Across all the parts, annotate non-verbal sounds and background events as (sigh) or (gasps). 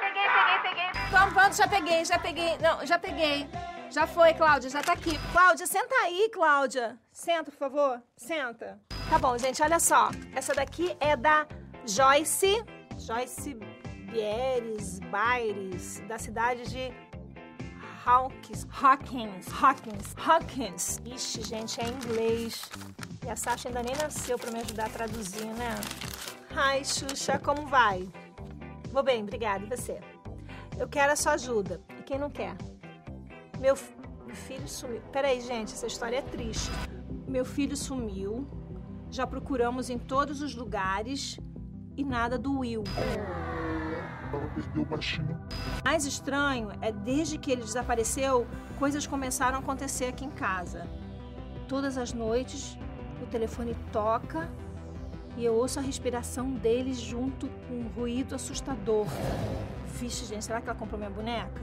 Peguei, peguei, peguei. Pronto, pronto, já peguei, já peguei. Não, já peguei. Já foi, Cláudia, já tá aqui. Cláudia, senta aí, Cláudia. Senta, por favor. Senta. Tá bom, gente, olha só. Essa daqui é da Joyce. Joyce Bieres, Baires, da cidade de Hawkins. Hawkins. Hawkins. Hawkins. Ixi, gente, é em inglês. E a Sasha ainda nem nasceu pra me ajudar a traduzir, né? Ai, Xuxa, como vai? Vou bem, obrigada. E você? Eu quero a sua ajuda. E quem não quer? Meu, f- meu filho sumiu. Peraí, gente, essa história é triste. Meu filho sumiu. Já procuramos em todos os lugares e nada do Will. Ela perdeu o baixinho. O mais estranho é desde que ele desapareceu, coisas começaram a acontecer aqui em casa. Todas as noites, o telefone toca e eu ouço a respiração dele junto com um ruído assustador. Vixe, gente, será que ela comprou minha boneca?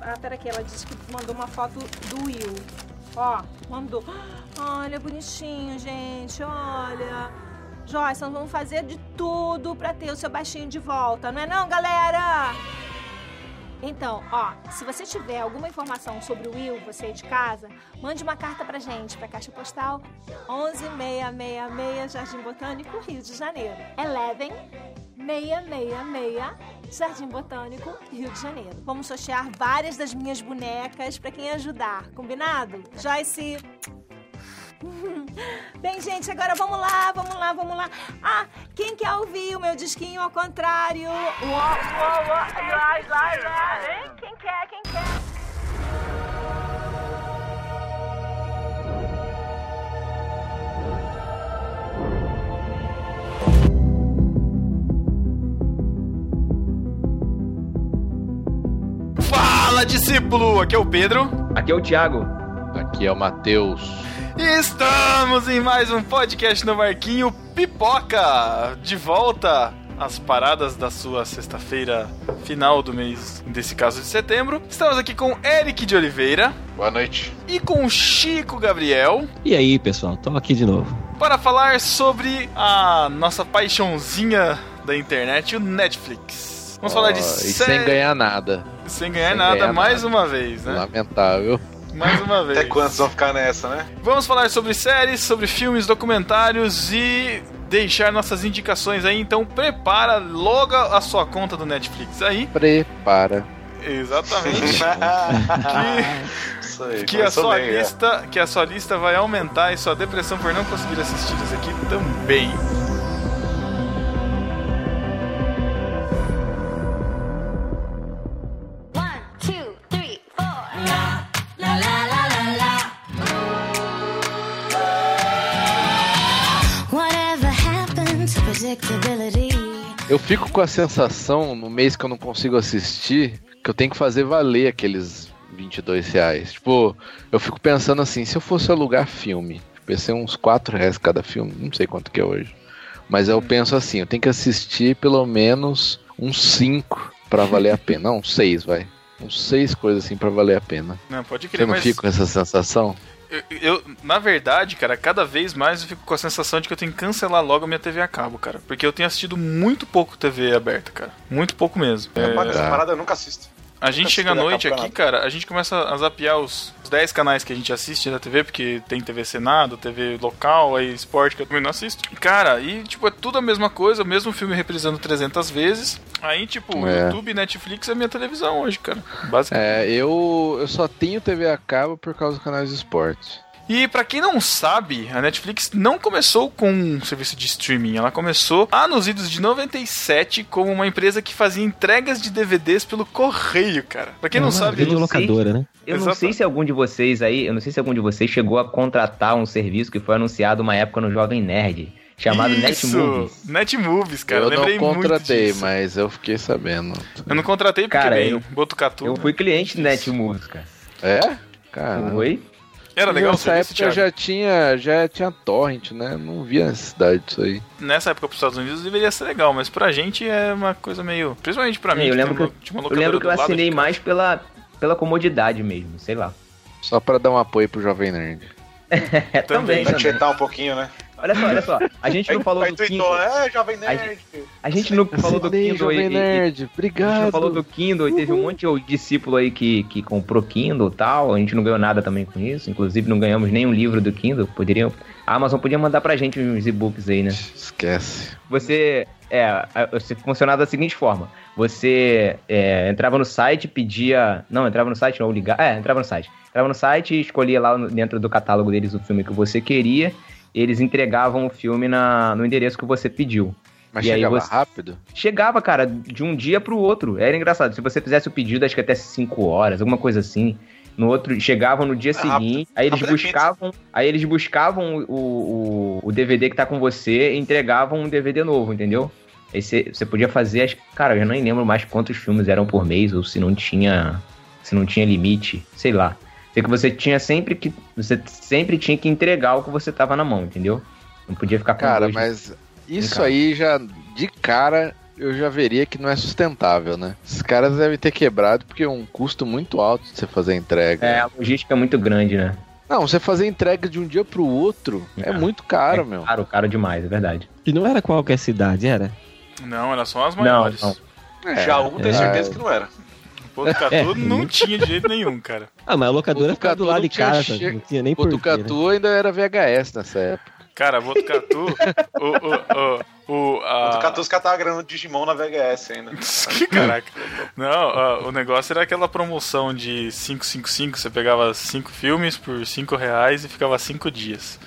Ah, peraí, ela disse que mandou uma foto do Will. Ó, mandou. (gasps) Olha, bonitinho, gente, olha. Joyce, nós vamos fazer de tudo pra ter o seu baixinho de volta, não é não, galera? Então, ó, se você tiver alguma informação sobre o Will, você aí de casa, mande uma carta pra gente, pra Caixa Postal 11666 Jardim Botânico, Rio de Janeiro. 11666 Jardim Botânico, Rio de Janeiro. Vamos sortear várias das minhas bonecas pra quem ajudar, combinado? Joyce, (laughs) Bem, gente, agora vamos lá, vamos lá, vamos lá. Ah, quem quer ouvir o meu disquinho ao contrário? Uau, uau, uau, vai, vai, vai, hein? Quem quer, quem quer? Fala, discípulo! Aqui é o Pedro. Aqui é o Thiago. Aqui é o Matheus. E estamos em mais um podcast no Marquinho Pipoca. De volta às paradas da sua sexta-feira final do mês, desse caso de setembro. Estamos aqui com Eric de Oliveira Boa noite. e com Chico Gabriel E aí, pessoal, tô aqui de novo. para falar sobre a nossa paixãozinha da internet, o Netflix. Vamos falar de Ó, e sé- sem ganhar nada. sem ganhar sem nada ganhar mais uma vez, né? Lamentável. Mais uma vez. Até quantos vão ficar nessa, né? Vamos falar sobre séries, sobre filmes, documentários e deixar nossas indicações aí, então prepara logo a sua conta do Netflix aí. Prepara. (laughs) Exatamente. (laughs) Isso aí, que é a Ah, começou sua bem, é. já. lista, que a sua lista vai aumentar e sua depressão por não conseguir assistir isso aqui também. Whatever happened to predictability? Eu fico com a sensação, no mês que eu não consigo assistir, que eu tenho que fazer valer aqueles 22 reais. Tipo, eu fico pensando assim, se eu fosse alugar filme, pensei uns 4 reais cada filme, não sei quanto que é hoje. Mas Uhum. eu penso assim, eu tenho que assistir pelo menos uns 5 pra valer a pena. Não, uns 6, vai. Uns 6 coisas assim pra valer a pena. Não, pode crer, Você não mas fica com essa sensação? eu, eu- na verdade, cara, cada vez mais eu fico com a sensação de que eu tenho que cancelar logo a minha TV a cabo, cara, porque eu tenho assistido muito pouco TV aberta, cara, muito pouco mesmo. É, mas tá. Essa parada eu nunca assisto. A gente Nunca chega à assisti noite campeonato. aqui, cara, a gente começa a zapear os os 10 canais que a gente assiste na TV, porque tem TV Senado, TV local, aí esporte que eu também não assisto. Cara, e tipo, é tudo a mesma coisa, o mesmo filme reprisando 300 vezes. Aí, tipo, É. YouTube, Netflix é minha televisão hoje, cara. Basicamente. É, eu, eu só tenho TV a cabo por causa do canal de esportes. E pra quem não sabe, a Netflix não começou com um serviço de streaming, ela começou lá nos idos de 97 como uma empresa que fazia entregas de DVDs pelo correio, cara. Pra quem não sabe, Videolocadora, né? Eu não Exato. sei se algum de vocês aí, eu não sei se algum de vocês chegou a contratar um serviço que foi anunciado uma época no Jovem Nerd, chamado Netmovies. Netmovies, cara. eu lembrei não contratei, muito disso. mas eu fiquei sabendo. Eu não contratei porque Cara, veio eu- Botucatu. Eu fui cliente do Netmovies, cara. É? Ah. Cara. Foi? né? Era legal o Nessa serviço, época Thiago? já tinha, já tinha torrent, né? Não via necessidade disso aí. Nessa época pros Estados Unidos deveria ser legal, mas pra gente é uma coisa meio... Principalmente pra É, mim, eu que lembro tem que uma- tinha uma Eu locadora lembro que eu do lado de assinei casa. mais pela, pela comodidade mesmo, sei lá. Só pra dar um apoio pro Jovem Nerd. É, Também. também, tá Pra também. tietar um pouquinho, né? Olha só, olha só. (laughs) A gente não falou aí do então tweetou, Kindle. é, Jovem Nerd. A gente não falou do Assinei, Kindle e- Jovem e, Nerd, A gente obrigado. não falou do Kindle e teve um monte de discípulo aí que, que comprou Kindle e tal. A gente não ganhou nada também com isso. Inclusive, não ganhamos nenhum livro do Kindle. Poderiam. A Amazon podia mandar pra gente uns e-books aí, né? Esquece. Você. É, a- você funcionava da seguinte forma. Você é, entrava no site, pedia. Não, entrava no site, não, ligava. É, entrava no site. Entrava no site, escolhia lá no- dentro do catálogo deles o filme que você queria. Eles entregavam o filme na, no endereço que você pediu. Mas E aí chegava você- rápido? Chegava, cara, de um dia pro outro. Era engraçado. Se você fizesse o pedido, acho que até 5 horas, alguma coisa assim. No outro, chegavam no dia rápido. seguinte, aí eles Rápido é buscavam, aí eles buscavam o, o, o DVD que tá com você e entregavam um DVD novo, entendeu? Aí você você podia fazer as. Cara, eu já nem lembro mais quantos filmes eram por mês, ou se não tinha. Se não tinha limite, sei lá. Sei que você tinha sempre que. Você sempre tinha que entregar o que você tava na mão, entendeu? Não podia ficar com Cara, dois- mas isso cara. aí já, de cara, eu já veria que não é sustentável, né? Esses caras devem ter quebrado porque é um custo muito alto de você fazer entrega. É, a logística é muito grande, né? Não, você fazer entrega de um dia pro outro é, É. muito caro, é meu. Caro, caro demais, é verdade. E não era qualquer cidade, era? Não, elas são as Não, maiores. não. É, Já um tem é. certeza que não era. Botucatu (laughs) (laughs) É. não tinha de jeito nenhum, cara. Ah, mas a locadora ficava Botucatu do lado não de tinha casa, che- não tinha nem porquê, né? Botucatu ainda era VHS nessa época. Cara, Botucatu... o, o, o, o, a- O Catus catava grana do Digimon na VHS ainda. (laughs) Que caraca. Não, ah, o negócio era aquela promoção de 555, você pegava cinco filmes por 5 reais e ficava cinco dias.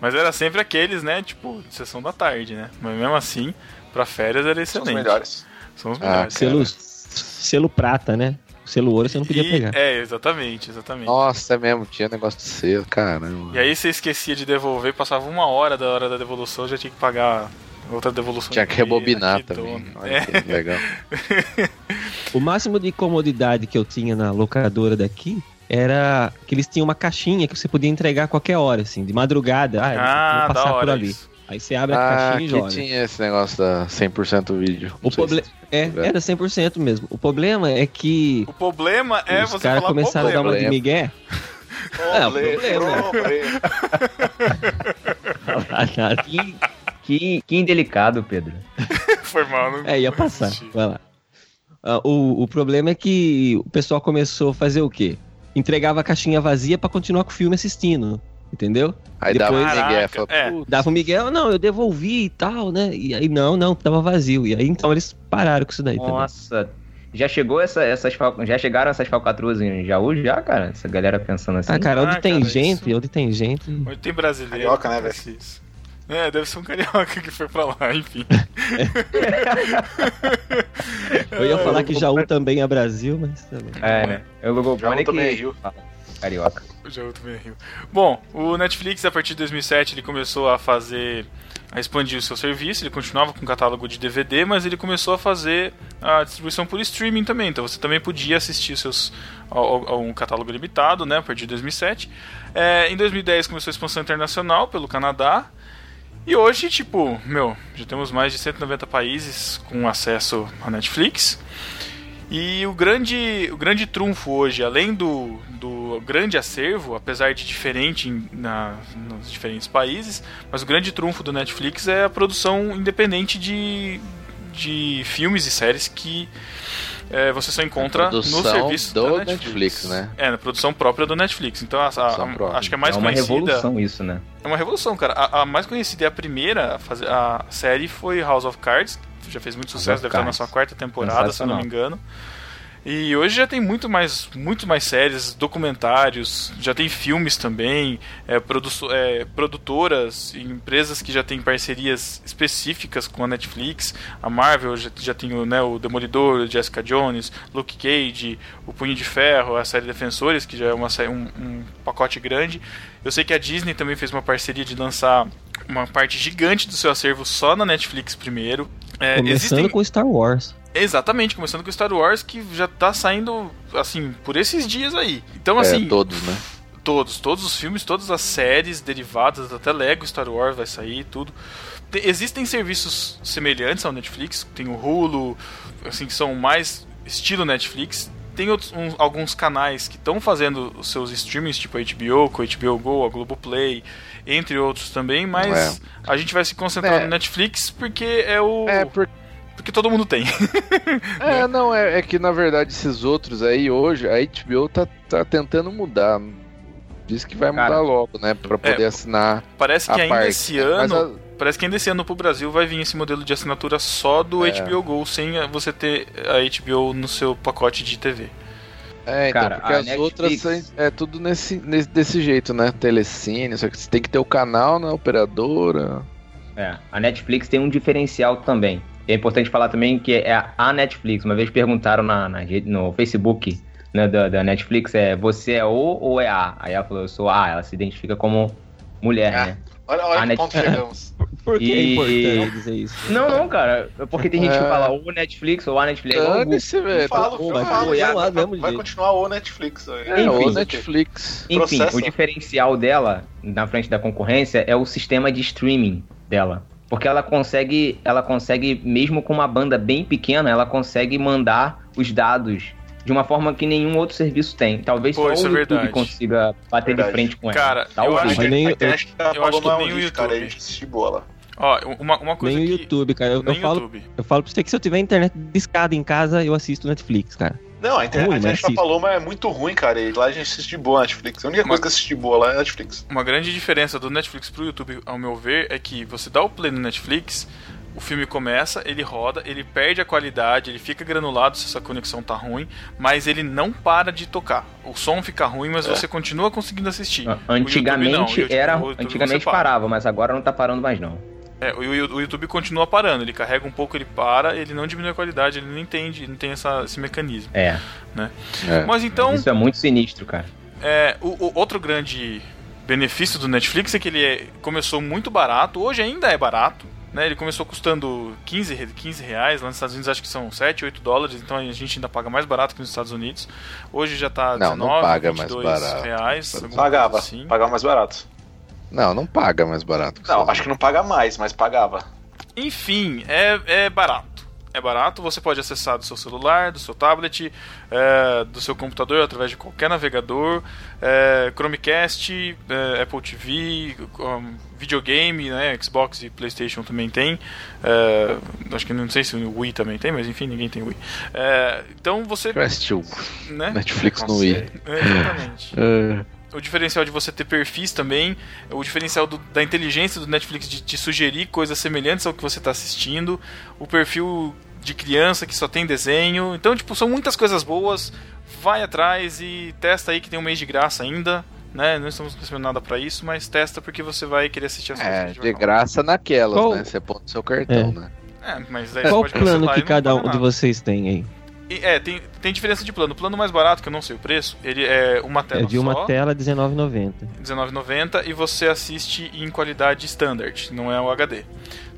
Mas era sempre aqueles, né? Tipo, de sessão da tarde, né? Mas mesmo assim, pra férias era São excelente. os melhores. São os Ah, melhores. cara. Selo, selo prata, né? O selo ouro você não podia E- pegar. É, exatamente, exatamente. Nossa, é mesmo, tinha negócio de ser, caramba. E aí você esquecia de devolver, passava uma hora da hora da devolução, já tinha que pagar outra devolução. então, Tinha que inteira, rebobinar que também. dono. É. (laughs) Olha que (laughs) legal. O máximo de comodidade que eu tinha na locadora daqui era que eles tinham uma caixinha que você podia entregar a qualquer hora, assim, de madrugada. Ah, eu Ah, vou da passar por hora ali. isso. Aí você abre a Ah, caixinha e que joga. tinha esse negócio da 100% vídeo. Não O sei proble- se- É, era 100% mesmo. O problema é que O problema é os você caras falar começaram a dar problema. uma de migué. (laughs) Ah, Problema, problema. problema. Que, que, que indelicado, Pedro. (laughs) Foi mal, não É, ia passar. resisti. Vai lá. Ah, o, o problema é que o pessoal começou a fazer o quê? Entregava a caixinha vazia pra continuar com o filme assistindo, entendeu? Aí dava Depois- um migué, Caraca, fala, é. putz, Dava o Miguel, não, eu devolvi e tal, né? E aí, não, não, tava vazio. E aí, então, eles pararam com isso daí também. Nossa. Já chegou essa, essas fal- já chegaram essas falcatruas em Jaú já, cara? Essa galera pensando assim. Ah, cara, onde Ah, tem cara, gente, isso- onde tem gente... Onde tem brasileiro. Carioca, né, acontece isso. É, deve ser um (laughs) carioca que foi pra lá, enfim. Eu ia falar que Jaú também é Brasil, mas... também. É, eu logo Jaú também é que Rio. carioca. Já outro meio é rio. Bom, o Netflix, a partir de 2007, ele começou a fazer. a expandir o seu serviço. Ele continuava com o catálogo de DVD, mas ele começou a fazer a distribuição por streaming também. Então você também podia assistir os seus, ao- ao- a um catálogo limitado, né? A partir de 2007. É, em 2010 começou a expansão internacional pelo Canadá. E hoje, tipo, meu, já temos mais de 190 países com acesso à Netflix. E o grande, o grande trunfo hoje, além do, do grande acervo, apesar de diferente em- na, nos diferentes países, mas o grande trunfo do Netflix é a produção independente de, de filmes e séries que eh, você só encontra no produção serviço do da Netflix. Netflix, né? É, na produção própria do Netflix. Então, a- a- Produção própria. acho que a mais é uma conhecida revolução isso, né? é uma revolução, cara. A, a mais conhecida e a primeira a, fazer- a série foi House of Cards, que já fez muito House sucesso, of deve estar na Cards. sua quarta temporada, se eu não Sensacional. me engano. E hoje já tem muito mais, muito mais séries, documentários, já tem filmes também, é, produ- é, produtoras e empresas que já têm parcerias específicas com a Netflix. A Marvel já, já tem o, né, o Demolidor, o Jessica Jones, Luke Cage, o Punho de Ferro, a série Defensores, que já é uma, sé- um, um pacote grande. Eu sei que a Disney também fez uma parceria de lançar uma parte gigante do seu acervo só na Netflix primeiro. É, Começando existem- com Star Wars. Exatamente, começando com Star Wars, que já tá saindo, assim, por esses dias aí. Então, assim, é, todos, né? todos, todos os filmes, todas as séries derivadas, até Lego Star Wars vai sair, tudo. Te- existem serviços semelhantes ao Netflix, tem o Hulu, assim, que são mais estilo Netflix. Tem outros, uns- alguns canais que estão fazendo os seus streamings, tipo a HBO, com a HBO Go, a Globoplay, entre outros também, mas a gente vai se concentrar É. no Netflix porque é o... É, por- porque todo mundo tem. (laughs) né? é, não, é, é que na verdade esses outros aí hoje, a HBO tá, tá tentando mudar. Diz que vai mudar Cara. logo, né? Pra poder assinar Parece é, que a ainda parte. esse né? Mas ano, a- parece que ainda esse ano pro Brasil vai vir esse modelo de assinatura só do É. HBO Go, sem a- você ter a HBO no seu pacote de TV. É, então, Cara, porque a as Netflix- outras são- é tudo nesse, nesse- desse jeito, né? Telecine, só que você tem que ter o canal na operadora. É, a Netflix tem um diferencial também. É importante falar também que é a Netflix. Uma vez perguntaram na, na rede- no Facebook né, da, da Netflix, é você é o ou é a? Aí ela falou, eu sou a. Ela se identifica como mulher, Ah. né? Olha, olha Ah, que né? ponto chegamos. Por que é E- importante dizer isso? Não, não, cara. Porque tem gente que É. fala ou Netflix ou a Netflix. ou Google. Dane-se, Eu velho. né? falo, bom, eu vai falo. apoiar cara, lá vai- mesmo vai jeito. continuar o Netflix. aí. É, Enfim. o Netflix. Enfim, Processa. o diferencial dela na frente da concorrência é o sistema de streaming dela. Porque ela consegue, ela consegue mesmo com uma banda bem pequena, ela consegue mandar os dados de uma forma que nenhum outro serviço tem. Talvez Pô, só o isso é YouTube verdade. consiga bater Verdade. de frente com ela. Cara, eu horrível. Acho Mas que nem a eu- internet tá eu acho que falando nem o isso, cara. A YouTube. gente se bola. Ó, uma, uma coisa Nem o que... YouTube, cara. Eu, eu nem o falo, YouTube. eu falo pra você que se eu tiver internet discada em casa, eu assisto Netflix, cara. Não, a internet, Ruim, a mas internet sim. pra Paloma é muito ruim, cara. E lá a gente assiste de boa a Netflix. A única Mas- coisa que assiste de boa lá é a Netflix. Uma grande diferença do Netflix pro YouTube, ao meu ver, é que você dá o play no Netflix, o filme começa, ele roda, ele perde a qualidade, ele fica granulado se essa conexão tá ruim, mas ele não para de tocar. O som fica ruim, mas você continua conseguindo assistir. An- O YouTube não, o Antigamente YouTube- era, o YouTube antigamente você para. parava, mas agora não tá parando mais não. É, o, o- o YouTube continua parando, ele carrega um pouco, ele para, ele não diminui a qualidade, ele não entende, não tem essa- esse mecanismo. É, É. Mas então, isso é muito sinistro, cara. é, o, o outro grande benefício do Netflix é que ele é- começou muito barato, hoje ainda é barato, né? Ele começou custando 15, re- 15 reais, lá nos Estados Unidos acho que são 7, 8 dólares, então a gente ainda paga mais barato que nos Estados Unidos. Hoje já tá Não, 19, não paga mais 22 barato. reais. alguma Pagava. coisa assim. Pagava mais barato. Não, não paga mais barato. que Não, você- acho que não paga mais, mas pagava. Enfim, é, é barato. É barato, você pode acessar do seu celular, do seu tablet, é, do seu computador, através de qualquer navegador, é, Chromecast, é, Apple TV, um, videogame, né, Xbox e Playstation também tem. é, acho que não sei se o Wii também tem, mas enfim, ninguém tem Wii. É, então você. Crash Two, Né? Netflix no Nossa, Wii. é, exatamente É. o diferencial de você ter perfis também, o diferencial do- da inteligência do Netflix de te sugerir coisas semelhantes ao que você está assistindo, o perfil de criança que só tem desenho. Então, tipo, são muitas coisas boas. Vai atrás e testa aí que tem um mês de graça ainda, né? Não estamos recebendo nada pra isso, mas testa porque você vai querer assistir as É, coisas. de graça naquelas, Qual- né? Você aponta o seu cartão, É. né? É, mas daí Qual você pode plano cancelar e que não cada paga um nada. de vocês tem aí? E, É, tem, tem diferença de plano. O plano mais barato, que eu não sei o preço, ele é uma tela É de uma só. tela R$19,90. R$19,90 e você assiste em qualidade standard, não é o HD.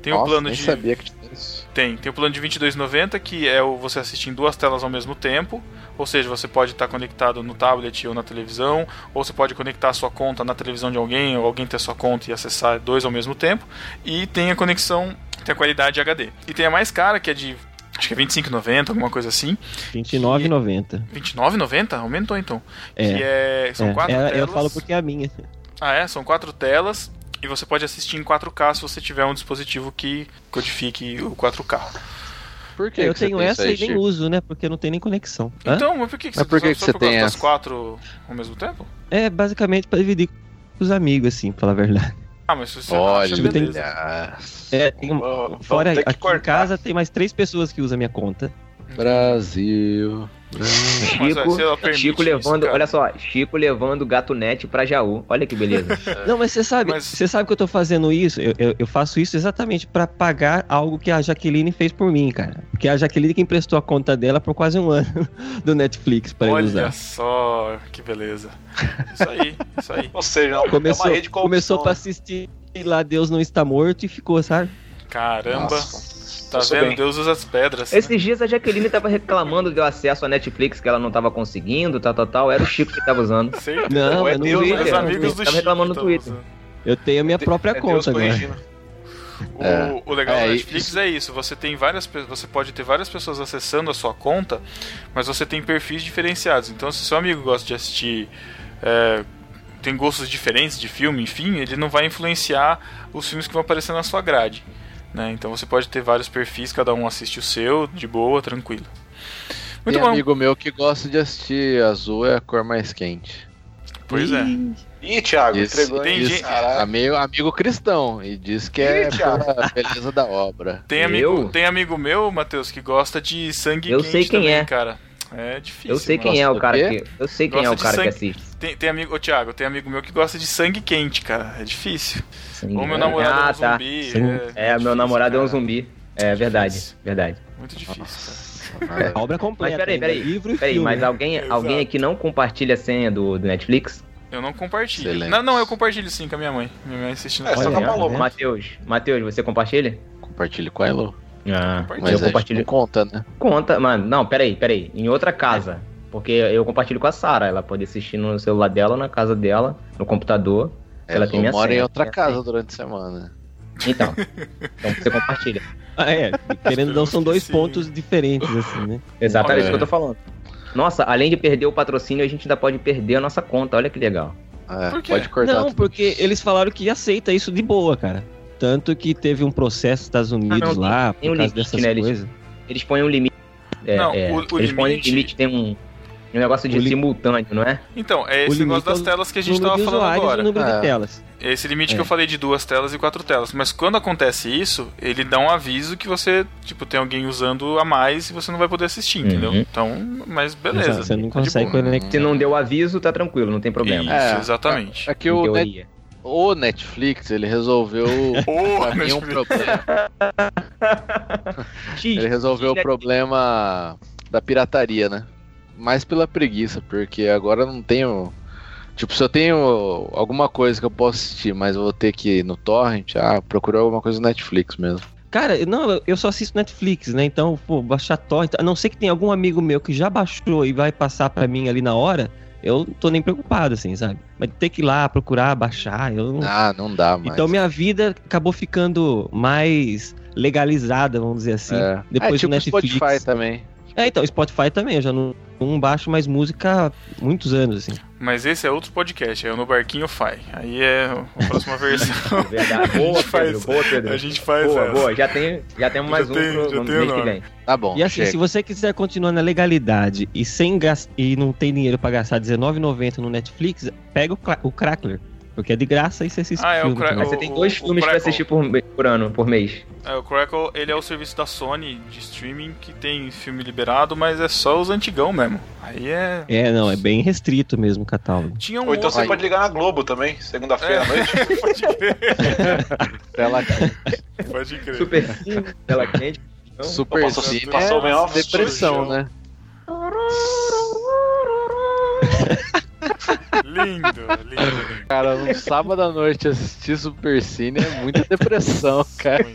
Tem o Nossa, plano nem de sabia que tinha isso. tem, tem o plano de 22,90 que é o você assistir em duas telas ao mesmo tempo, ou seja, você pode estar conectado no tablet ou na televisão, ou você pode conectar a sua conta na televisão de alguém, ou alguém ter sua conta e acessar dois ao mesmo tempo, e tem a conexão, tem a qualidade HD. E tem a mais cara que é de acho que é 25,90, alguma coisa assim. R$29,90. 29,90 aumentou então. É. Que é são É, quatro é, eu telas. falo porque é a minha. Ah, é? São quatro telas e você pode assistir em 4K se você tiver um dispositivo que codifique o 4K. Por que eu que você tenho tem essa isso aí, e nem Chico? uso, né? Porque não tem nem conexão. Hã? Então, mas por que, que Mas por que só que você por causa tem das essa? quatro ao mesmo tempo? É basicamente pra dividir com os amigos, assim, pra falar (laughs) a verdade. Ah, mas se você Olha, acha, Tipo, tem- beleza. nossa. É, tem uma- Vamos Fora ter que aqui em cortar. casa tem mais três pessoas que usam a minha conta. Brasil. Brasil. Mas, é, ó, se ela Chico, permite Chico isso, levando, cara. olha só, Chico levando o gato net pra Jaú. Olha que beleza. (laughs) É. Não, mas você sabe, Mas- você sabe que eu tô fazendo isso. Eu, eu- eu faço isso exatamente pra pagar algo que a Jaqueline fez por mim, cara. Porque a Jaqueline que emprestou a conta dela por quase um ano (laughs) do Netflix pra eu Olha usar. só, que beleza. Isso aí, isso aí. Ou seja, Começou, é uma rede de corrupção, começou pra né? assistir lá Deus não está morto e ficou, sabe? Caramba, Nossa, tá tô vendo? bem. Deus usa as pedras. né? Esses dias a Jaqueline tava reclamando do acesso à Netflix que ela não tava conseguindo, tal, tal, tal. Era o Chico que tava usando. Certeza. Não, é eu não Deus, vi, mas Os cara. amigos do Tava tá reclamando Chico no Twitter. estavam Eu tenho a minha própria É Deus conta agora. corrigindo. O, É. o legal É, do e- Netflix é isso, você tem várias pe- você pode ter várias pessoas acessando a sua conta, mas você tem perfis diferenciados. Então se seu amigo gosta de assistir é, tem gostos diferentes de filme, enfim, ele não vai influenciar os filmes que vão aparecer na sua grade. Né? Então você pode ter vários perfis, cada um assiste o seu, de boa, tranquilo. Muito Tem bom. amigo meu que gosta de assistir azul é a cor mais quente. Pois é. Ih, Thiago, Esse- entregou. hein? Tem gente- Caralho. Amigo, amigo cristão. E diz que é Ih, Thiago. pela beleza da obra. Tem amigo, Eu? tem amigo meu, Matheus, que gosta de sangue Eu quente sei quem também, é. cara. É difícil. Eu sei mano. quem é o do cara quê? que. Eu sei quem é Gosta o de cara que sangue. assiste. Tem, tem amigo, ô Thiago, tem amigo meu que gosta de sangue quente, cara. É difícil. Sangue. Ou meu namorado ah, é um tá. zumbi. Sim. É, meu namorado é um zumbi. É verdade, Difícil. verdade. zumbi. Muito difícil. Cara, É, A obra completa. Mas peraí, ainda, peraí, Livro e Peraí, filme. mas alguém, Exato. alguém aqui não compartilha a senha do, do Netflix? Eu não compartilho. Excelente. Não, não, eu compartilho sim com a minha mãe. Minha mãe assiste no É, só Olha tá aí, maluco. né? Matheus, Matheus, você compartilha? compartilhe com a Elo. Ah, Compartilho. Mas é eu eu compartilho compartilho. conta, né? Conta, mano, não, peraí, peraí. Em outra casa. É. Porque eu compartilho com a Sara. Ela pode assistir no celular dela, na casa dela, no computador. Ela tem minha mora em senha, outra minha casa durante a semana. (laughs) Então. então você compartilha. Ah, (laughs) é. Querendo ou não, são dois Sim. pontos diferentes, assim, né? Exatamente Olha. isso que eu tô falando. Nossa, além de perder o patrocínio, a gente ainda pode perder a nossa conta. Olha que legal. É, Por quê? pode cortar. Não, tudo. porque eles falaram que aceita isso de boa, cara. Tanto que teve um processo nos Estados Unidos Ah, tem- lá, tem por um causa limite, dessas né, eles- coisas. Eles põem um limite. É, Não, é, o- o eles põem um limite- limite, tem um, um negócio de O li- simultâneo, não é? Então, é O esse limite negócio das é o telas que a gente número tava de falando usuários e agora. número É. de telas. É esse limite que É. eu falei de duas telas e quatro telas. Mas quando acontece isso, ele dá um aviso que você, tipo, tem alguém usando a mais e você não vai poder assistir, entendeu? Uhum. Então, mas beleza. Exato, Você não Tá de consegue boa. conectar. Se é não deu aviso, tá tranquilo, não tem problema. Isso, É. exatamente. É que Em o, Net- teoria. o Netflix, (laughs) ele resolveu Porra, pra mim um problema. X, Ele resolveu o Netflix. problema da pirataria, né? Mais pela preguiça, porque agora eu não tenho. Tipo, se eu tenho alguma coisa que eu posso assistir, mas eu vou ter que ir no Torrent, ah, procurar alguma coisa no Netflix mesmo. Cara, eu- não, eu- eu só assisto Netflix, né? Então, pô, baixar torrent. A não ser que tenha algum amigo meu que já baixou e vai passar pra mim ali na hora, eu não tô nem preocupado, assim, sabe? Mas ter que ir lá, procurar, baixar, eu não. Ah, não dá mais. então, minha vida acabou ficando mais legalizada, vamos dizer assim. É. Depois é, tipo do Netflix. Spotify também. É, então, Spotify também, eu já não, não baixo mais música há muitos anos, assim. Mas esse é outro podcast, é o No Barquinho Fai. Aí é a próxima (laughs) versão. (laughs) Verdade. Boa, gente Pedro, faz- boa, Pedro. a gente faz boa, essa. boa. Já, tem, já temos mais Já um tem- pro, já no tem mês o que nome. vem. Tá bom. E assim, chega. se você quiser continuar na legalidade e sem gas- e não tem dinheiro pra gastar R$19,90 no Netflix, pega o, cra- o Crackler. Porque é de graça e você assiste Ah, é, o filme Cra- também. Aí você tem O- dois o filmes pra Crackle. assistir por, me- por ano, por mês. É, o Crackle, ele é o serviço da Sony de streaming que tem filme liberado, mas é só os antigão mesmo. Aí é. É, não, é bem restrito mesmo o catálogo. Tinha um Ou então outro- você pode ligar na Globo também, segunda-feira (laughs) à noite. É, pode crer. Tela Pode crer. Super é tela quente. super Então, Passou- Cine passou o Man of é depressão, Steel. né? Lindo, lindo, lindo. Cara, um sábado à noite assistir Super Cine é muita depressão, (laughs) cara.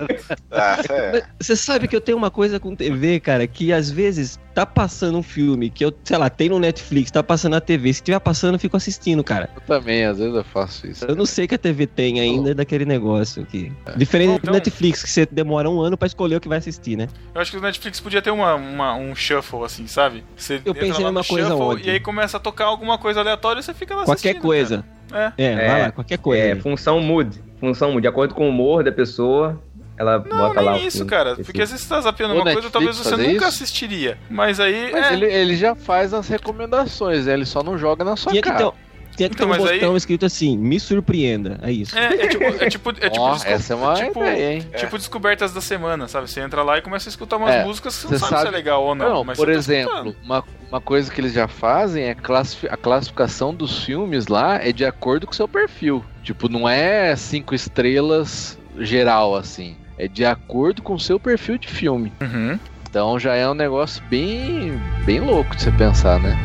Ah, é. Mas Você sabe que eu tenho uma coisa com TV, cara, que às vezes tá passando um filme que eu, sei lá, tem no Netflix, tá passando na TV. Se tiver passando, eu fico assistindo, cara. Eu também, às vezes eu faço isso. Eu não sei que a TV tem ainda daquele negócio que. Diferente Então- do Netflix, que você demora um ano pra escolher o que vai assistir, né? Eu acho que o Netflix podia ter uma, uma- um shuffle, assim, sabe? Você entra pensei lá no numa coisa ontem. E aí começa a tocar alguma coisa aleatória e você fica lá Qualquer assistindo, né? coisa. cara. É. É, É, vai lá, qualquer coisa. É, função mood. Função mood. De acordo com o humor da pessoa, ela Não, bota nem lá. o isso, filme. cara. Esse- Porque às vezes você tá zapeando O uma coisa, Netflix talvez você fazer nunca isso? assistiria. Mas aí. Mas é, ele, ele já faz as recomendações, né? ele só não joga na sua Tinha que, cara. ter, Tem que ter Então, um mas aí- botão escrito assim, me surpreenda. É isso. É, é tipo. (laughs) É tipo, é tipo Ó, desco- essa é uma tipo- ideia, hein? Tipo descobertas da semana, sabe? Você entra lá e começa a escutar umas É, músicas que você você não sabe, se é sabe- legal ou não. Não, mas por você tá exemplo, escutando. uma, uma coisa que eles já fazem é classifi- a classificação dos filmes lá é de acordo com o seu perfil. Tipo, não é cinco estrelas geral, assim. É de acordo com o seu perfil de filme. Uhum. Então já é um negócio bem, bem louco de você pensar, né?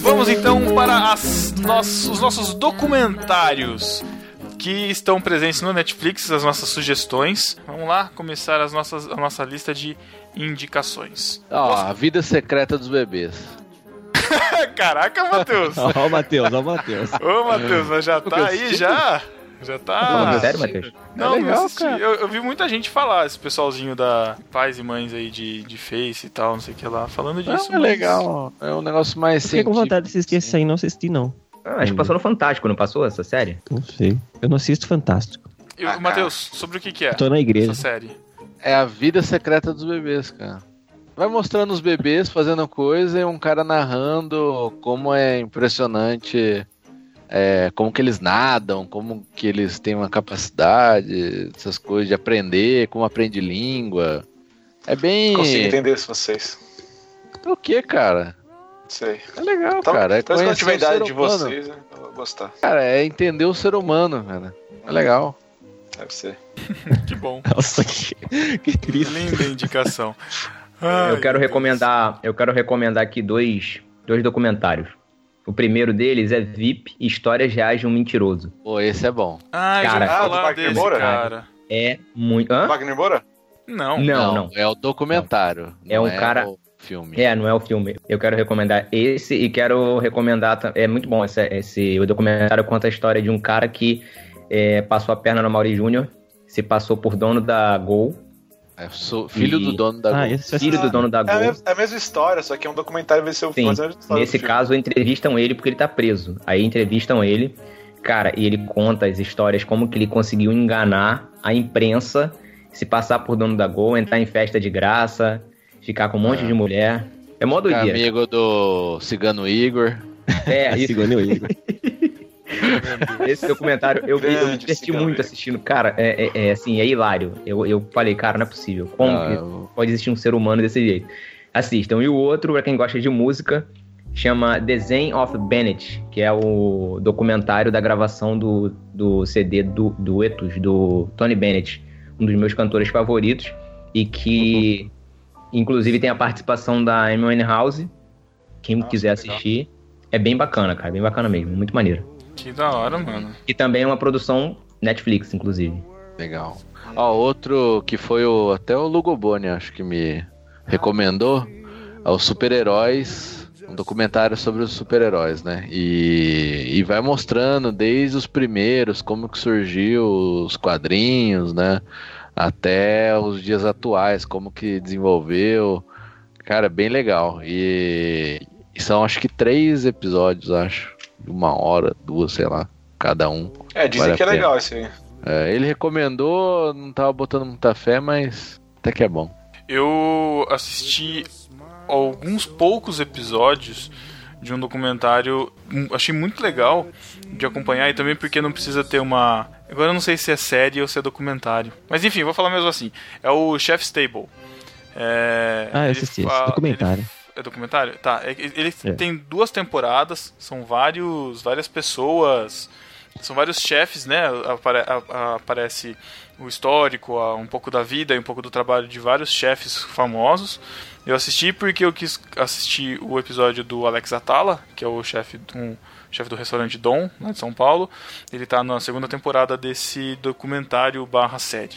Vamos então para as nos- os nossos documentários que estão presentes no Netflix, as nossas sugestões. Vamos lá começar as nossas, a nossa lista de indicações. Ó, a vida secreta dos bebês. Caraca, Matheus! Ó, o Matheus, ó, o Matheus. (laughs) Ô, Matheus, É. mas já tá aí, já? Já tá. Sério, Matheus? Não, É legal, não assisti. cara. Eu, eu vi muita gente falar, esse pessoalzinho da pais e mães aí de, de Face e tal, não sei o que lá, falando Não, disso. é mas- legal. É um negócio mais Fiquei com científico, vontade de assistir esse aí, não assisti não. Ah, acho que passou no Fantástico, não passou essa série? Não sei. Eu não assisto Fantástico. E, o Matheus, sobre o que que é Eu tô na essa igreja. série? É a vida secreta dos bebês, cara. Vai mostrando os bebês fazendo coisa e um cara narrando como é impressionante, é, como que eles nadam, como que eles têm uma capacidade, essas coisas de aprender, como aprende língua. É bem. Consigo entender se vocês. É o que, cara? Não sei. É legal, Tal- cara. É Talvez quando eu conhecer tiver a o idade ser de humano. vocês, né, eu vou gostar. Cara, é entender o ser humano, cara. É legal. Deve ser. Que bom. Nossa, que, que triste. Linda indicação. Ai, eu quero Ah, meu Deus. recomendar, eu quero recomendar aqui dois, dois documentários. O primeiro deles é VIP, Histórias Reais de um Mentiroso. Pô, esse é bom. Ah, cara, Cara, já ouvi Ah, do falar Wagner desse, Moura? cara. É muito... Hã? Wagner Moura? Não. Não, não. É o documentário. É não um cara- o filme. É, não é o filme. Eu quero recomendar esse e quero recomendar. ta- É muito bom esse, esse- o documentário conta a história de um cara que é, passou a perna no Mauri Júnior, se passou por dono da Gol, É, sou filho E- do dono da Ah, Globo. esse é filho do dono da É a, Gol. mes- é a mesma história, só que é um documentário, vai ser o Sim, mas é a mesma história Nesse do filme. caso, entrevistam ele porque ele tá preso. Aí entrevistam ele, cara, e ele conta as histórias, como que ele conseguiu enganar a imprensa, se passar por dono da Gol, entrar em festa de graça, ficar com um Ah. monte de mulher. É mó Que é doideira. amigo do Cigano Igor. (laughs) É, isso. Sigourney Weaver. Esse documentário, eu, vi- eu me Grande diverti cigarro. muito assistindo. Cara, é, é- é, assim, é hilário. Eu, eu falei, cara, não é possível. Como Ah, que eu- pode existir um ser humano desse jeito? Assistam. E o outro, pra quem gosta de música, chama Design of Bennett, que é o documentário da gravação do, do CD do, do Etus, do Tony Bennett, um dos meus cantores favoritos, e que inclusive tem a participação da Amy House. Quem Nossa, quiser que legal. assistir, é bem bacana, cara, bem bacana mesmo, muito maneiro. Que da hora, mano. E também é uma produção Netflix, inclusive. Legal. Ó, outro que foi o até o Lugoboni, acho que me recomendou, é o Super-Heróis, um documentário sobre os super-heróis, né? E, e vai mostrando desde os primeiros, como que surgiu os quadrinhos, né? Até os dias atuais, como que desenvolveu. Cara, bem legal. E, e são acho que três episódios, acho. de Uma hora, duas, sei lá, cada um. É, dizem Vale a que é pena. legal esse aí. É, ele recomendou, não tava botando muita fé, mas até que é bom. Eu assisti alguns poucos episódios de um documentário, hum, achei muito legal de acompanhar e também porque não precisa ter uma. Agora eu não sei se é série ou se é documentário. Mas enfim, vou falar mesmo assim. É o Chef's Table. É, Ah, eu ele assisti fa- esse documentário. É documentário? Tá. é- Ele É. tem duas temporadas, são vários, várias pessoas, são vários chefes, né? Apare- a- a- aparece o histórico, a- um pouco da vida e um pouco do trabalho de vários chefes famosos. Eu assisti porque eu quis assistir o episódio do Alex Atala, que é o chefe de um- chefe do restaurante Dom, lá de São Paulo. Ele tá na segunda temporada desse documentário barra série.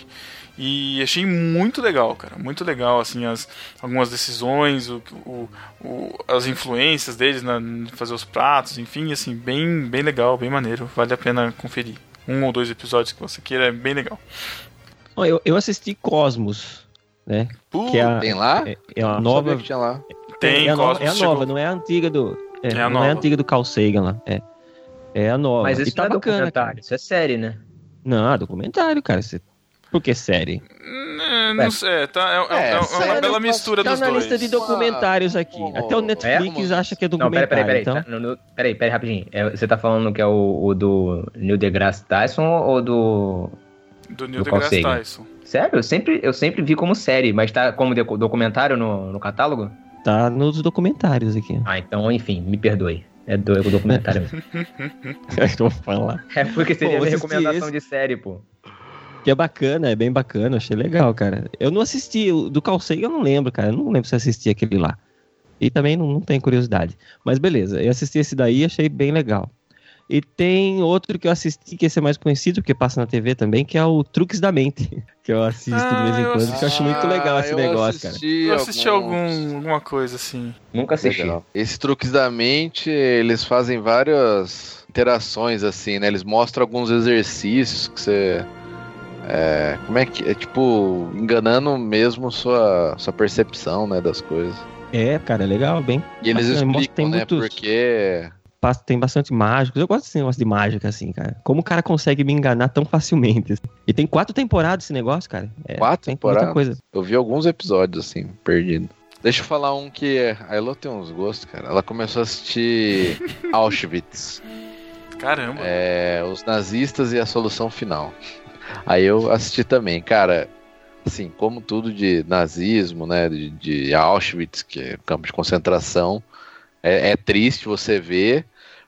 E achei muito legal, cara. Muito legal, assim, as, algumas decisões, o, o, o- as influências deles na em fazer os pratos, enfim, assim, bem, bem legal, bem maneiro. Vale a pena conferir. Um ou dois episódios que você queira, é bem legal. Ó, Eu, eu assisti Cosmos, né? Puh, Que é a, Tem lá? é, é a Não nova. sabia que tinha lá. tem é a nova, Cosmos, é a chegou. nova não é a antiga do. É, É a não é a nova. antiga do Carl Sagan lá. É, é a nova. Mas E isso tá não é bacana. documentário, isso é série, né? Não, é documentário, cara. Você... Por que série? Hum, É, não sei, é, tá, é, é- é É, uma sério, bela eu posso mistura tá dos na dois. lista de documentários aqui. Como- Até o Netflix É? acha que é Não, peraí, documentário. peraí, peraí. então, tá, no- no- peraí, peraí, rapidinho. É, você tá falando que é o, o do Neil deGrasse Tyson ou do. Do Neil Do Carl deGrasse Sagan. Tyson. Sério? Eu sempre, eu sempre vi como série, mas tá como deco- documentário no, no catálogo? tá nos documentários aqui. (laughs) Ah, então, enfim, me perdoe. É do é documentário mesmo. Vou falar. É porque seria Pô, minha assisti recomendação esse. de série, pô. Que é bacana, é bem bacana, achei legal, cara. Eu não assisti, o do Carl Sagan eu não lembro, cara. Eu não lembro se eu assisti aquele lá. E também não, não tenho curiosidade. Mas beleza, eu assisti esse daí e achei bem legal. E tem outro que eu assisti, que esse é mais conhecido, porque passa na TV também, que é o Truques da Mente. (laughs) Que eu assisto de vez Ah, em eu quando, que eu acho muito legal esse Ah, eu negócio, cara. assisti Eu assisti alguns. algum, alguma coisa assim. Nunca assisti. Legal. Esse truques da mente, eles fazem várias interações assim, né? Eles mostram alguns exercícios que você é, como é que é tipo enganando mesmo sua sua percepção, né, das coisas. É, cara, é legal, bem. E eles Bacana, mostra que explicam, tem né, muitos- porque passa- Tem bastante mágicos. Eu gosto desse negócio de mágica, assim, cara. Como o cara consegue me enganar tão facilmente? assim. E tem quatro temporadas esse negócio, cara. É, Quatro tem muita temporadas? (laughs) coisa. Eu vi alguns episódios assim, perdido. Deixa eu falar um que é- a Elo tem uns gostos, cara. Ela começou a assistir Auschwitz. Caramba. É, os nazistas e a solução final. Aí eu assisti também, cara. Assim, como tudo de nazismo, né? De, de Auschwitz, que é campo de concentração, é, é triste você ver,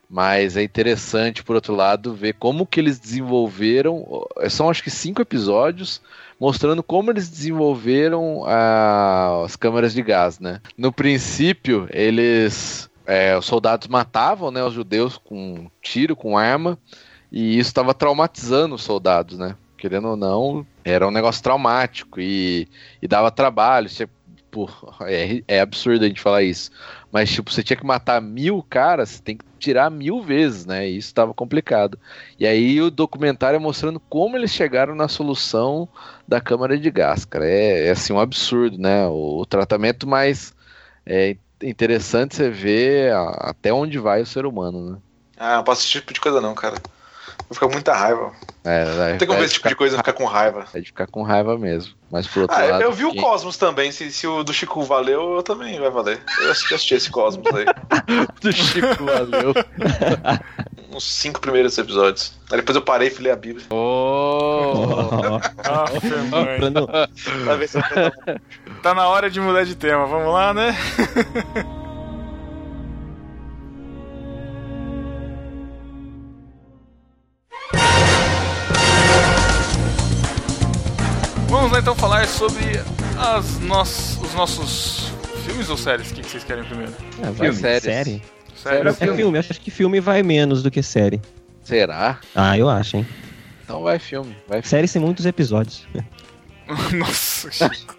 mas é interessante, por outro lado, ver como que eles desenvolveram. ó, São acho que cinco episódios mostrando como eles desenvolveram ah, as câmaras de gás, né? No princípio, eles é, os soldados matavam né, os judeus com tiro, com arma, e isso estava traumatizando os soldados, né? Querendo ou não, era um negócio traumático e, e dava trabalho. Você, pô, é, é absurdo a gente falar isso. Mas, tipo, você tinha que matar mil caras, você tem que tirar mil vezes, né? E isso estava complicado. E aí o documentário é mostrando como eles chegaram na solução da câmara de gás, cara. É, é, assim, um absurdo, né? O, o tratamento mais é, interessante você ver a- até onde vai o ser humano, né? Ah, não posso assistir esse tipo de coisa não, cara. Vou ficar com muita raiva. É, Não tem como ver esse tipo ficar, de coisa e ficar com raiva. é de ficar com raiva mesmo. Mas por outro Ah, lado. eu vi o quem- Cosmos também. Se, se o do Chico valeu, eu também vai valer. Eu assisti, assisti esse Cosmos aí. (laughs) do Chico (laughs) valeu. Uns cinco primeiros episódios. Aí depois eu parei e fui ler a Bíblia. Oh, Ah, foi, mãe. Pra não- Pra ver se eu (laughs) tá na hora de mudar de tema. Vamos lá, né? (laughs) Vamos lá então falar sobre as nos- os nossos filmes ou séries? O que que vocês querem primeiro? (laughs) Ah, vai, Filme, séries. série? Séries? É filme, acho que filme vai menos do que série. será? Ah, eu acho, hein? Então vai filme. Vai filme. Série tem muitos episódios. (laughs) Nossa, Chico.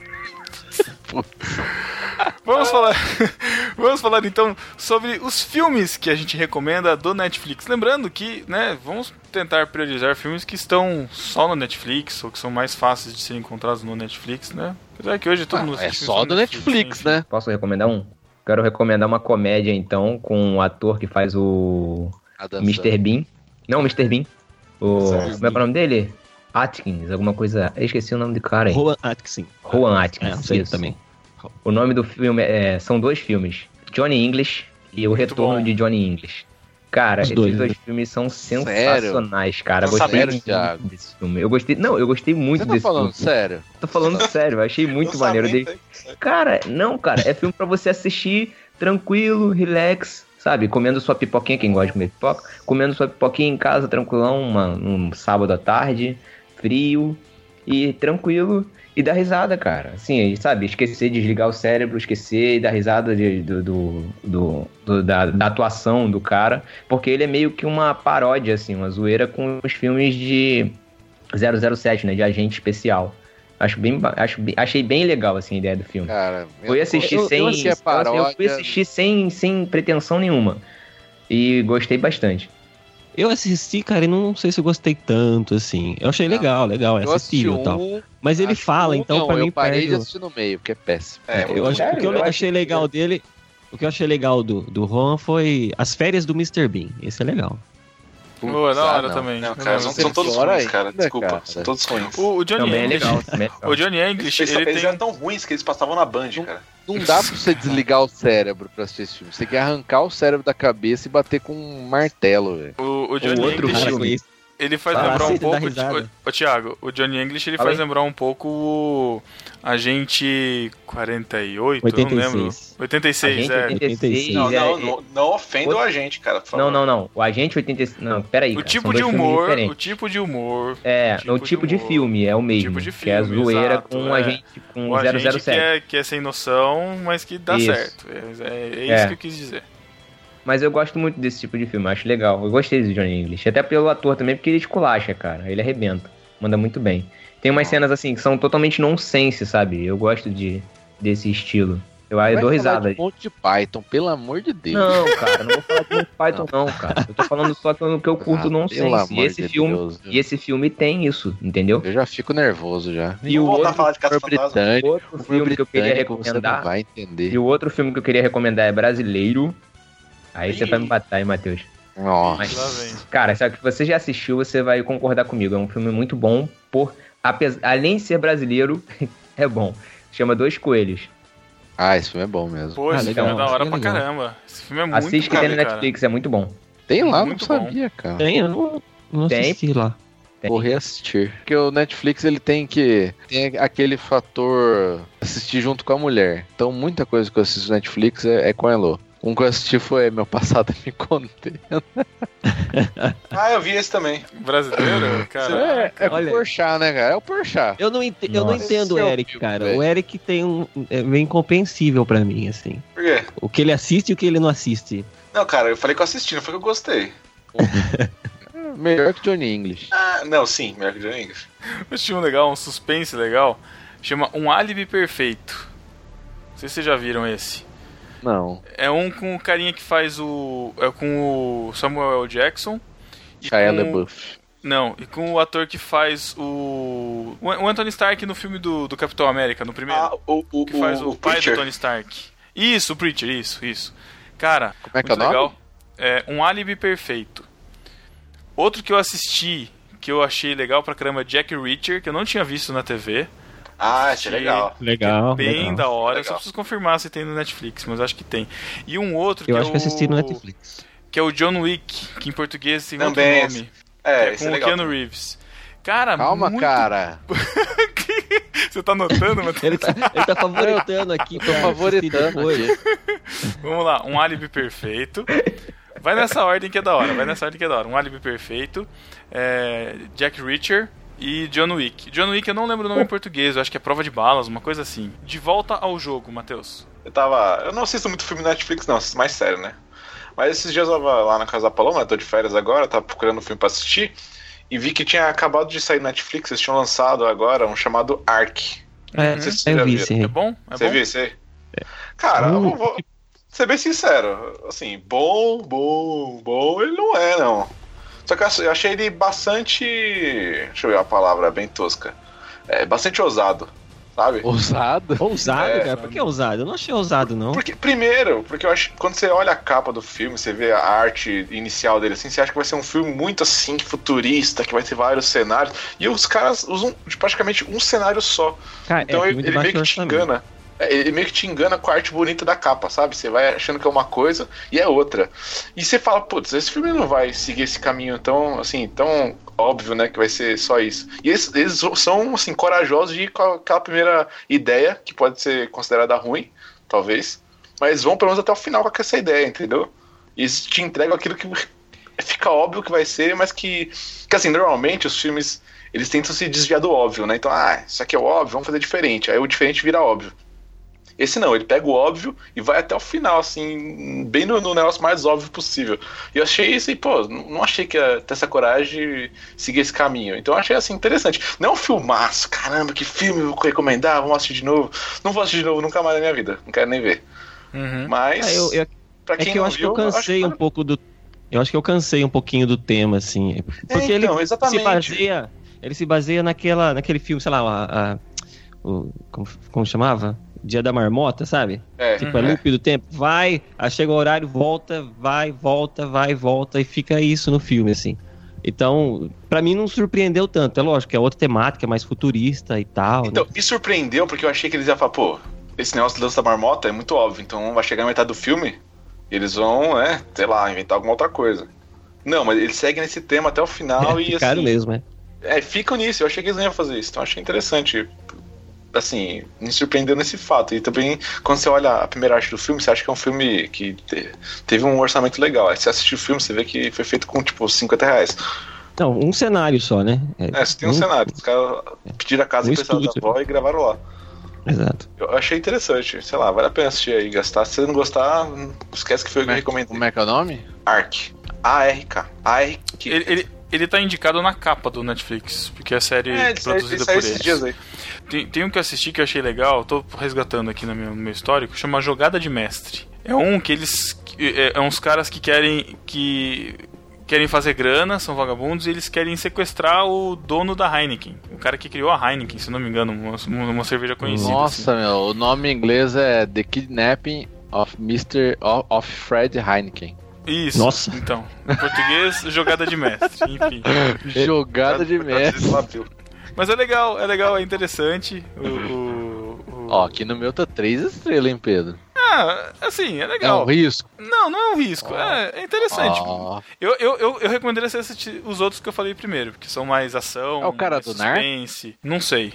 Vamos falar, (laughs) vamos falar então sobre os filmes que a gente recomenda do Netflix. Lembrando que, né, vamos tentar priorizar filmes que estão só no Netflix ou que são mais fáceis de serem encontrados no Netflix, né? Apesar que hoje todo mundo Ah, é assiste só filmes do Netflix, né? né? Posso recomendar um? Quero recomendar uma comédia, então, com um ator que faz o A dança. Mr. Bean. Não, Mr. Bean. O... Certo. Como é que é o nome dele? Atkins, alguma coisa. Eu esqueci o nome do cara aí. Rowan Atkinson. Rowan É, Atkins. não sei isso. também. O nome do filme é. São dois filmes: Johnny English e O Retorno bom. de Johnny English. Cara, Os esses dois, dois, filmes são sensacionais, né? Sério? cara. Eu Não gostei sabia, muito Thiago. desse filme. Eu gostei. Não, eu gostei é muito Você tá desse falando filme. sério? Tô falando sério, eu achei muito maneiro. dele. Cara, não, cara, é filme pra você assistir tranquilo, relax, sabe? Comendo sua pipoquinha, quem gosta de comer pipoca, comendo sua pipoquinha em casa, tranquilão, uma, um sábado à tarde, frio e tranquilo, e dar risada, cara. Assim, e, sabe, esquecer, desligar o cérebro, esquecer e dar risada de- do, do, do- do- da, da atuação do cara, porque ele é meio que uma paródia, assim, uma zoeira com os filmes de 007, né, de agente especial. Acho bem, ba- acho, bem- achei bem legal, assim, a ideia do filme. Cara, eu Fui assistir sem. Eu, assim, achei a eu- eu fui paródia. assistir sem, sem pretensão nenhuma. E gostei bastante. Eu assisti, cara, e não sei se eu gostei tanto, assim. Eu achei Não. legal, legal, é Ah. eu assisti assistível e tal. um. Mas ele acho fala, um, então, não, pra mim Eu parei perde. de o- assistir no meio, porque é péssimo. É, Eu acho que o que eu Sério? Eu achei achei legal que- dele. O que eu achei é legal do, do Ron foi as férias do Mr. Bean. Esse é legal. Putz, Boa, da ah, hora não. também. Não, cara, são, são todos Pior ruins, ainda, cara. Desculpa, cara. são todos ruins. O, o Johnny Também é English. legal. também é legal. O Johnny English, Eles, ele eles tem. um eram tão ruins que eles passavam na Band, cara. Não dá pra você desligar o cérebro pra assistir esse filme. Você tem que arrancar o cérebro da cabeça e bater com um martelo, velho. O, o Johnny O outro English, ruim. com isso. ele faz Fala, lembrar um aceita dar pouco. risada. Ô, Thiago, o Johnny English, ele Fala faz aí. lembrar um pouco o. Agente 48, eu não lembro. 86. 86, Agente é. 86, Não, é- não, não, não ofenda o agente, cara, por favor. Não, não, não. O Agente 85. Não, peraí. O cara, tipo são de dois filmes humor, o diferentes. tipo de humor. É, tipo o de tipo de humor. filme é o mesmo. Tipo de que é a filme, zoeira exato, com o é. agente com o agente que 007. é, que é sem noção, mas que dá Isso. certo. É, é- é É. isso que eu quis dizer. Mas eu gosto muito desse tipo de filme, acho legal. Eu gostei do Johnny English. Até pelo ator também, porque ele esculacha, cara. Ele arrebenta. Manda muito bem. Tem umas cenas assim que são totalmente nonsense, sabe? Eu gosto de, desse estilo. Eu, eu Vai dou falar risada. De Monty Python, pelo amor de Deus. Não, cara, não vou falar de Monty Python, não, cara. Eu tô falando só do que eu curto Ah, pelo nonsense. E amor esse de filme. Deus. né? E esse filme tem isso, entendeu? Eu já fico nervoso já. E o Vamos voltar outro a falar de Caça Humor Fantasma. britânico, Outro filme que eu queria britânico, Você não recomendar. vai entender. E o outro filme que eu queria recomendar é Brasileiro. Aí você vai me matar, hein, Matheus. Nossa. Mas, Lá vem. cara, se você já assistiu, você vai concordar comigo. É um filme muito bom, por apes- além de ser brasileiro, (laughs) é bom. Chama Dois Coelhos. Ah, esse filme é bom mesmo. Pô, Ah, esse legal, filme é da hora é pra legal. caramba. Esse filme é muito Assiste que cara, tem no cara. Netflix, é muito bom. Tem lá, eu não Muito bom. sabia, cara. Tem, eu não, não Tem. assisti lá. Tem. Vou reassistir. Porque o Netflix ele tem que. Tem aquele fator assistir junto com a mulher. Então muita coisa que eu assisto no Netflix é, é com a Elo. Um que eu assisti foi Meu Passado (laughs) Me Contei. Ah, eu vi esse também. Brasileiro, (laughs) cara. É, é com olha o aí. Porchat, né, cara? É o Porchat. Eu não, ente- eu não Nossa. entendo o Esse é o Eric, filme, cara. velho. O Eric tem um. É meio incompreensível pra mim, assim. Por quê? O que ele assiste e o que ele não assiste. Não, cara, eu falei que eu assisti, não foi que eu gostei. Melhor que Johnny English. Ah, não, sim, melhor que Johnny English. Um filme legal, um suspense legal. Chama Um Álibi Perfeito. Não sei se vocês já viram esse. Não. É um com o carinha que faz o. É com o Samuel L. Jackson. e Shia com o- LaBeouf. Não, e com o ator que faz o. O o Anthony Stark no filme do, do Capitão América, no primeiro. Ah, o, o, que faz o, pai Preacher. do Tony Stark. Isso, o Preacher, isso, isso. Cara, Como é que é o muito nome? legal. É, um álibi perfeito. Outro que eu assisti, que eu achei legal pra caramba, é Jack Reacher, que eu não tinha visto na TV. Ah, esse é legal. Legal. Bem da hora. Legal. Só preciso confirmar se tem no Netflix, mas acho que tem. E um outro que Eu é acho que eu assisti o... no Netflix. Que é o John Wick, que em português tem Também outro nome. que É, é esse com é o legal. Keanu Reeves. Cara, Calma, muito... cara. (laughs) Você tá notando, Matheus? Ele tá, ele tá favoritando aqui. Tô favoritando aqui. Vamos lá, um álibi perfeito. Vai nessa ordem que é da hora, vai nessa ordem que é da hora. Um álibi perfeito, é, Jack Reacher e John Wick. John Wick eu não lembro o nome em português, eu acho que é Prova de Balas, uma coisa assim. De volta ao jogo, Matheus. Eu tava. Eu não assisto muito filme Netflix, não, assisto mais sério, né? Mas esses dias eu tava lá na casa da Paloma, eu tô de férias agora, tava procurando um filme pra assistir. E vi que tinha acabado de sair na Netflix, eles tinham lançado agora um chamado Ark. É, Não sei se eu já vi, viram. sim. É bom? É Você bom? viu esse aí? Cara, eu Hum. vou, vou ser bem sincero. Assim, bom, bom, bom, ele não é, não. Só que eu ach- eu achei ele bastante. Deixa eu ver uma palavra bem tosca. É, bastante ousado, sabe? Uhum. Ousado. Ousado, É. cara. Por que ousado? Eu não achei ousado, não. Porque, primeiro, porque eu acho que quando você olha a capa do filme, você vê a arte inicial dele assim, você acha que vai ser um filme muito assim, futurista, que vai ter vários cenários. E os caras usam de praticamente um cenário só. Cara, Então é, ele, filme de ele meio baixo que te orçamento. engana. É, Ele meio que te engana com a arte bonita da capa, sabe? Você vai achando que é uma coisa e é outra. E você fala, putz, esse filme não vai seguir esse caminho tão, assim, tão óbvio, né? Que vai ser só isso. E eles, eles são, assim, corajosos de ir com aquela primeira ideia, que pode ser considerada ruim, talvez. Mas vão pelo menos até o final com essa ideia, entendeu? E eles te entregam aquilo que fica óbvio que vai ser, mas que. Que assim, normalmente os filmes eles tentam se desviar do óbvio, né? Então, ah, isso aqui é o óbvio, vamos fazer diferente. Aí o diferente vira óbvio. Esse não, ele pega o óbvio e vai até o final, assim, bem no, no negócio mais óbvio possível. E eu achei isso, e pô, não não achei que ia ter essa coragem de seguir esse caminho. Então eu achei, assim, interessante. Não é um filmaço, caramba, que filme eu vou recomendar, vamos assistir de novo. Não vou assistir de novo nunca mais na minha vida, não quero nem ver. Uhum. Mas, Ah, eu- eu pra É quem que eu não acho que viu, eu cansei um vale- pouco do. Eu acho que eu cansei um pouquinho do tema, assim. Porque É, ele então, se exatamente. baseia. Ele se baseia naquela, naquele filme, sei lá, a, a- o, como, como chamava? Dia da Marmota, sabe? É, Tipo, é é. loop do tempo. Vai, aí chega o horário, volta, vai, volta, vai, volta, e fica isso no filme, assim. Então, pra mim não surpreendeu tanto. É lógico, é outra temática, é mais futurista e tal. né? Então, me surpreendeu porque eu achei que eles iam falar, pô, esse negócio do lance da marmota é muito óbvio, então vai chegar na metade do filme e eles vão, né, sei lá, inventar alguma outra coisa. Não, mas eles seguem nesse tema até o final (laughs) é, e ficaram assim. mesmo, é. É, ficam nisso, eu achei que eles não iam fazer isso, então eu achei interessante. Assim, me surpreendeu nesse fato. E também, quando você olha a primeira arte do filme, você acha que é um filme que te- teve um orçamento legal. Aí você assiste o filme, você vê que foi feito com, tipo, 50 reais. Não, um cenário só, né? É, você tem um cenário. Os caras pediram a casa Um emprestada da estúdio. avó e gravaram lá. Exato. Eu achei interessante, sei lá, vale a pena assistir aí, gastar. Se você não gostar, hum, esquece que foi o que eu recomendei. Como é que é o nome? ARK. ARK. ARK. Ele, ele, ele tá indicado na capa do Netflix, porque é a série É, ele saiu, produzida ele saiu por esses eles. dias aí. Tem, tem um que eu assisti que eu achei legal, tô resgatando aqui no meu, no meu histórico, chama Jogada de Mestre. É um que eles. que- É, é uns caras que querem. que. querem fazer grana, são vagabundos, e eles querem sequestrar o dono da Heineken. O cara que criou a Heineken, se não me engano, uma, uma cerveja conhecida. assim. Nossa, meu, o nome em inglês é The Kidnapping of Mr. of, of Fred Heineken. assim. Isso. Nossa. Então, em português, jogada de (laughs) mestre, enfim. Jogada de Coitado desse mestre. Flavio. Mas é legal, é legal, é interessante. O. o- o- Ó, aqui no meu tá três estrelas, hein, Pedro? Ah, assim, é É um legal. risco. Ah. Não, não é um risco. É, é interessante. Ó, Eu, eu, eu, eu recomendaria você assistir os outros que eu falei primeiro, porque são mais ação. É o cara mais do Nar? suspense. Não sei.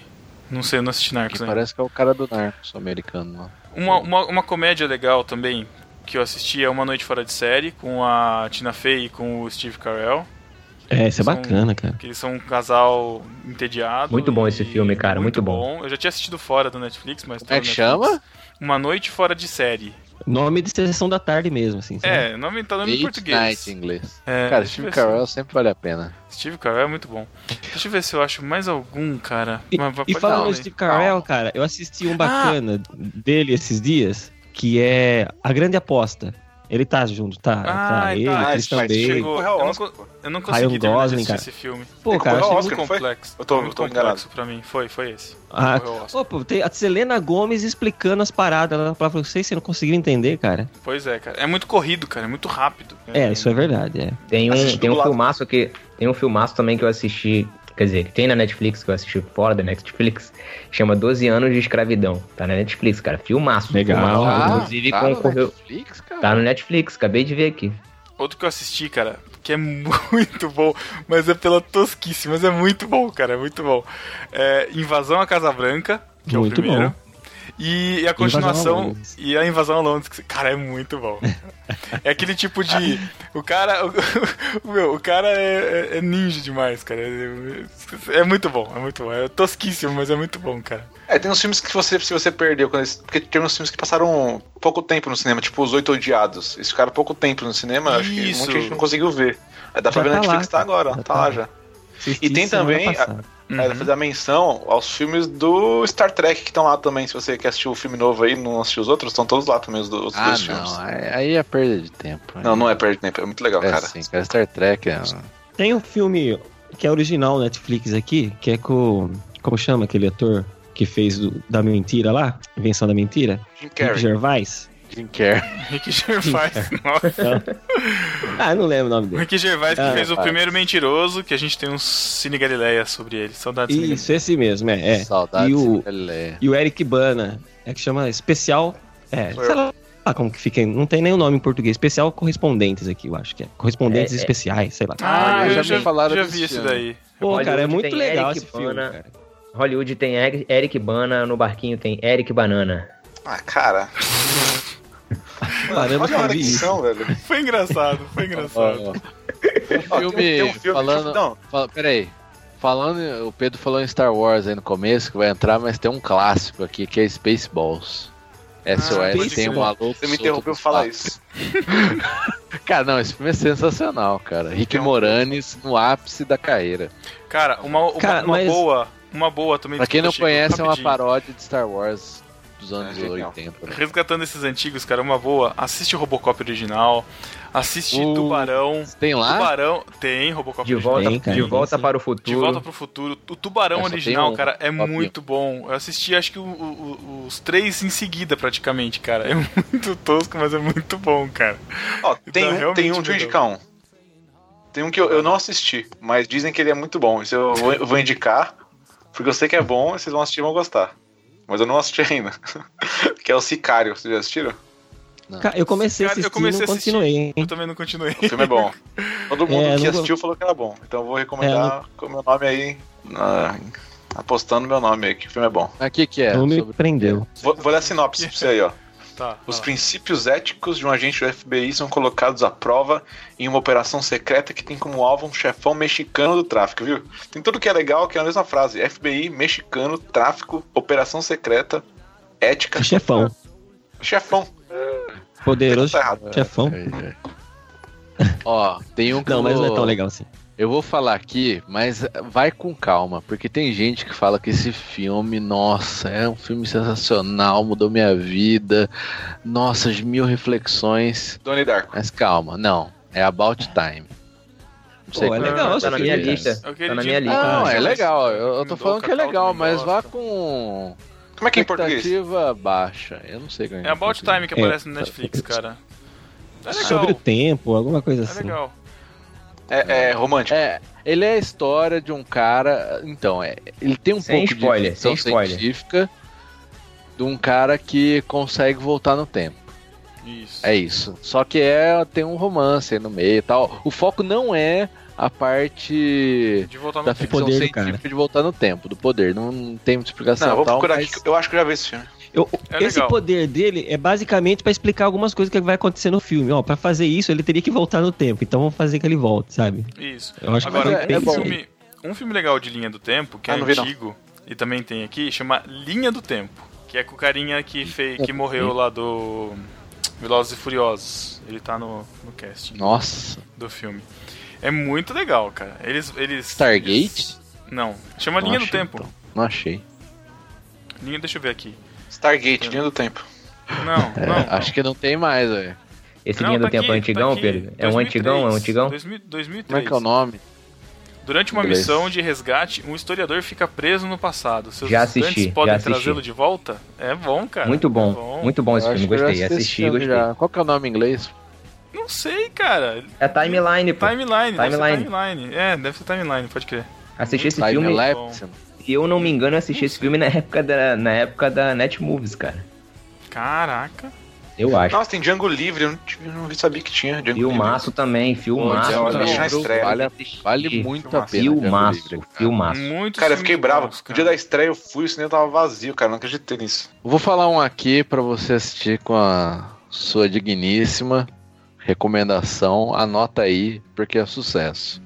Não sei, eu não assisti Narcos que ainda. parece que é o cara do Narcos americano lá. Uma, uma, uma comédia legal também que eu assisti é Uma Noite Fora de Série, com a Tina Fey e com o Steve Carell. É, isso São- é bacana, cara. Que eles são um casal entediado. Muito bom esse e filme, cara, muito bom. Eu já tinha assistido fora do Netflix, mas... Como é tá que no chama? Netflix. Uma Noite Fora de Série. Nome de sessão da tarde mesmo, assim. sabe? É, nome, tá nome em Eight português. Night em inglês. É, deixa cara, eu Steve ver se- Carell sempre vale a pena. Steve Carell é muito bom. Deixa eu ver se eu acho mais algum, cara. E, Mas pode e falando falar né? do aí. Steve Carell, cara, eu assisti um bacana dele esses dias, que é A Grande Aposta. Ele tá junto, tá? Ah, tá ele, tá, Christian mas Bale. chegou. Correu ao Eu não, Oscar, co- eu não consegui Ryan terminar de Gosling, assistir cara. esse filme. Pô, cara, Correu ao achei Oscar, não muito foi? complexo. Eu tô- muito eu tô complexo pra mim. Foi, foi esse. Ah, Correu ao Oscar. ô, pô, tem a Selena Gomes explicando as paradas lá pra vocês, você não conseguiu entender, cara. Pois é, cara. É muito corrido, cara. É muito rápido. É, isso é verdade, é. Tem um, Assiste tem um dublado. filmaço que. Tem um filmaço também que eu assisti. Quer dizer, que tem na Netflix, que eu assisti fora da Netflix, chama 12 anos de escravidão. Tá na Netflix, cara. Filmaço. Legal. filmaço. Ah, Inclusive tá no concorreu. Netflix, cara? Tá no Netflix, acabei de ver aqui. Outro que eu assisti, cara, que é (laughs) muito bom, mas é pela tosquice, mas é muito bom, cara, é muito bom. É Invasão à Casa Branca, que é Muito o primeiro. bom. E a Invasão a continuação, Londres. e a Invasão a Londres, que, cara, é muito bom. É aquele tipo de. O cara. O, (laughs) meu, o cara é, é- é ninja demais, cara. É, é muito bom, é muito bom. É tosquíssimo, mas é muito bom, cara. É, tem uns filmes que você, se você perdeu, quando eles- porque tem uns filmes que passaram pouco tempo no cinema, tipo Os Oito Odiados. Eles ficaram pouco tempo no cinema, acho que Isso. muita gente não conseguiu ver. Aí dá pra Já ver na tá Netflix, lá, tá agora, já tá, tá lá lá. já. Assisti tem semana também a- passada. Aí dá pra fazer a menção aos filmes do Star Trek que estão lá também, se você quer assistir o filme novo aí, não assistiu os outros, estão todos lá também, os, do, os Ah, dois filmes. não. Aí aí é perda de tempo. Não, não é perda de tempo, é muito legal, É cara. sim, cara. Star Trek é... Tem um filme que é original Netflix aqui, que é com. Como chama aquele ator que fez do- da mentira lá? Invenção da mentira? Jim Rick Carrey. Gervais? Jim Carrey. Rick (laughs) Gervais, nossa. Ah, eu não lembro o nome dele. Rick Gervais que Ah, fez o rapaz. primeiro mentiroso, que a gente tem um Cine Galileia sobre ele. Saudades Cine Isso, esse mesmo, é. (laughs) é. Saudades. é. E o- Pelé. E o Eric Bana, é que chama especial. É, sei lá como que fica. Não tem nenhum nome em português. Especial correspondentes aqui, eu acho que é. Correspondentes É, é. especiais, sei lá. Ah, Ah, eu já já, me falaram já desse vi esse filme. daí. Pô, Hollywood cara, é muito tem legal Eric esse filme, Bana. cara. Hollywood tem Eric- Eric Bana, no barquinho tem Eric Banana. Ah, cara. Caramba, Olha a eu hora vi que isso. são, velho. Foi engraçado, (laughs) foi engraçado. Ó, Ó, filme, tem um- tem um filme- falando- Não, Fala, peraí. Falando, em- o Pedro falou em Star Wars aí no começo que vai entrar, mas tem um clássico aqui que é Spaceballs. pode SOS tem um crer. maluco. Ah, você me solto interrompeu no falar espaço. isso. Cara, não, esse filme é sensacional, cara. Rick Interrompeu. Moranis no ápice da carreira. Cara, uma, uma, Cara, uma mas- boa, uma boa também. Pra quem não desculpa, Chico, conhece, é uma rapidinho. paródia de Star Wars dos anos É genial. 80. né? Resgatando esses antigos, cara, uma boa. Assiste Robocop original, assiste Uh, Tubarão. Tem lá? Tubarão tem Robocop De original. volta, Tem, cara, de tem volta sim. para o futuro. De volta pro futuro. O Tubarão É, só tem original, um, cara, é Robinho. muito bom. Eu assisti acho que o- o- os três em seguida, praticamente, cara. É (laughs) muito tosco, mas é muito bom, cara. Ó, tem, Então, um, tem realmente um de um mudou. de cada um. Tem um que eu, eu não assisti, mas dizem que ele é muito bom. Isso eu vou, eu vou indicar, porque eu sei que é bom e vocês vão assistir e vão gostar. Mas eu não assisti ainda. (laughs) que é o Sicário. Vocês já assistiram? Cara, eu comecei Cara, a eu assistir, comecei a não assistir. continuei, Eu hein? também não continuei. O filme é bom. Todo mundo É, que não- assistiu falou que era bom. Então eu vou recomendar com o meu nome aí, na- apostando meu nome aí, que o filme é bom. Mas o que, que é? não me Sobre- prendeu. Vou, vou dar a sinopse pra você aí, ó. Tá. Os tá. princípios éticos de um agente do FBI são colocados à prova em uma operação secreta que tem como alvo um chefão mexicano do tráfico, viu? Tem tudo que é legal, que é a mesma frase: FBI, mexicano, tráfico, operação secreta, É. ética, É Chefão. chefão. Poderoso Tá errado. chefão. É, é. Ó, tem um que Não, eu mas não é vou- tão legal assim. Eu vou falar aqui, mas vai com calma, porque tem gente que fala que esse filme, nossa, é um filme sensacional, mudou minha vida, nossas mil reflexões. Donnie Darko. Mas calma, não, é About Time. Não Pô, é como legal Ah, que essa tá minha lista. É o que Tá ele na minha diz- Não, Ah, é mas- legal, eu, eu tô falando que é um Recomendou, legal, Cataldo mas também vá gosta. com Como é que é em português? expectativa baixa. Eu não sei ganhar. É About Time que É. aparece no Netflix, cara. É legal. Sobre o tempo, alguma coisa É assim. legal. É, é romântico. É, ele é a história de um cara. Então, é, ele tem um Sem pouco spoiler, de ficção sem spoiler. científica de um cara que consegue voltar no tempo. Isso. É isso. Só que é tem um romance aí no meio e tal. O foco não é a parte De voltar no da tempo. ficção Poder do científica cara. de voltar no tempo, do poder. Não, não tem muita explicação. Não, eu vou tal, procurar É mas- aqui, que eu acho que eu já vi esse filme. Eu- É esse legal. poder dele é basicamente pra explicar algumas coisas que vai acontecer no filme. Ó, para fazer isso, ele teria que voltar no tempo. Então vamos fazer que ele volte, sabe? Isso. Eu acho Agora, que é- é bem bom. feito. filme- um filme legal de Linha do Tempo, que é Ah, não vi, não. antigo, e também tem aqui, chama Linha do Tempo. Que é com o carinha que, fez, que morreu lá do Velozes e Furiosos. Ele tá no, no casting Nossa, do filme. É muito legal, cara. Eles. eles Stargate? eles- Não. Chama Não Linha do achei, Tempo. então. Não achei. Linha, deixa eu ver aqui. Stargate, né? Linha do Tempo. Não, É, não. acho que não tem mais, velho. Esse tá tá linha do tempo é antigão, Pedro? É um antigão? É um antigão? 2003. Como é que é o nome? Durante uma Inglês. missão de resgate, um historiador fica preso no passado. Seus Já estudantes assisti, podem já assisti. trazê-lo de volta? É bom, cara. Muito É bom, muito bom esse Eu filme, acho que eu já gostei. esse Assisti, filme gostei. já. Qual que é o nome em inglês? Não sei, cara. É timeline, pô. Timeline, deve ser Timeline. timeline. É, deve ser timeline, pode crer. Assisti esse Time filme, Lapse? se eu não me engano, eu assisti esse filme na época da, na época da Netmovies, cara. Caraca. Eu acho. Nossa, tem Django Livre, eu não, tive- eu não sabia que tinha Django Livre. Filmaço também, filmaço. Pô, Pô, eu assisti na estreia. Vale, assisti. vale muito a pena. Filmaço, Django Livre. filmaço. Muito Cara, eu fiquei bravo. O No dia da estreia eu fui, o cinema tava vazio, cara. Não acreditei nisso. Vou falar um aqui pra você assistir com a sua digníssima recomendação. Anota aí, porque é sucesso.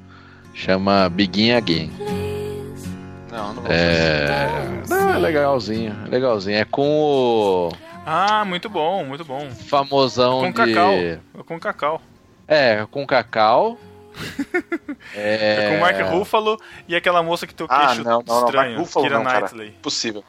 Chama Begin Again. Please Não, não vou É. Não, é legalzinho, é legalzinho. É com Ah, muito bom, muito bom. o famosão Com de. Cacau. Com Cacau. É, (laughs) com Cacau. É... é... com o Mark Ruffalo e aquela moça que tem o Ah, queixo não, não, não. estranho, Mark Ruffalo Kira não, cara. Knightley. Possível.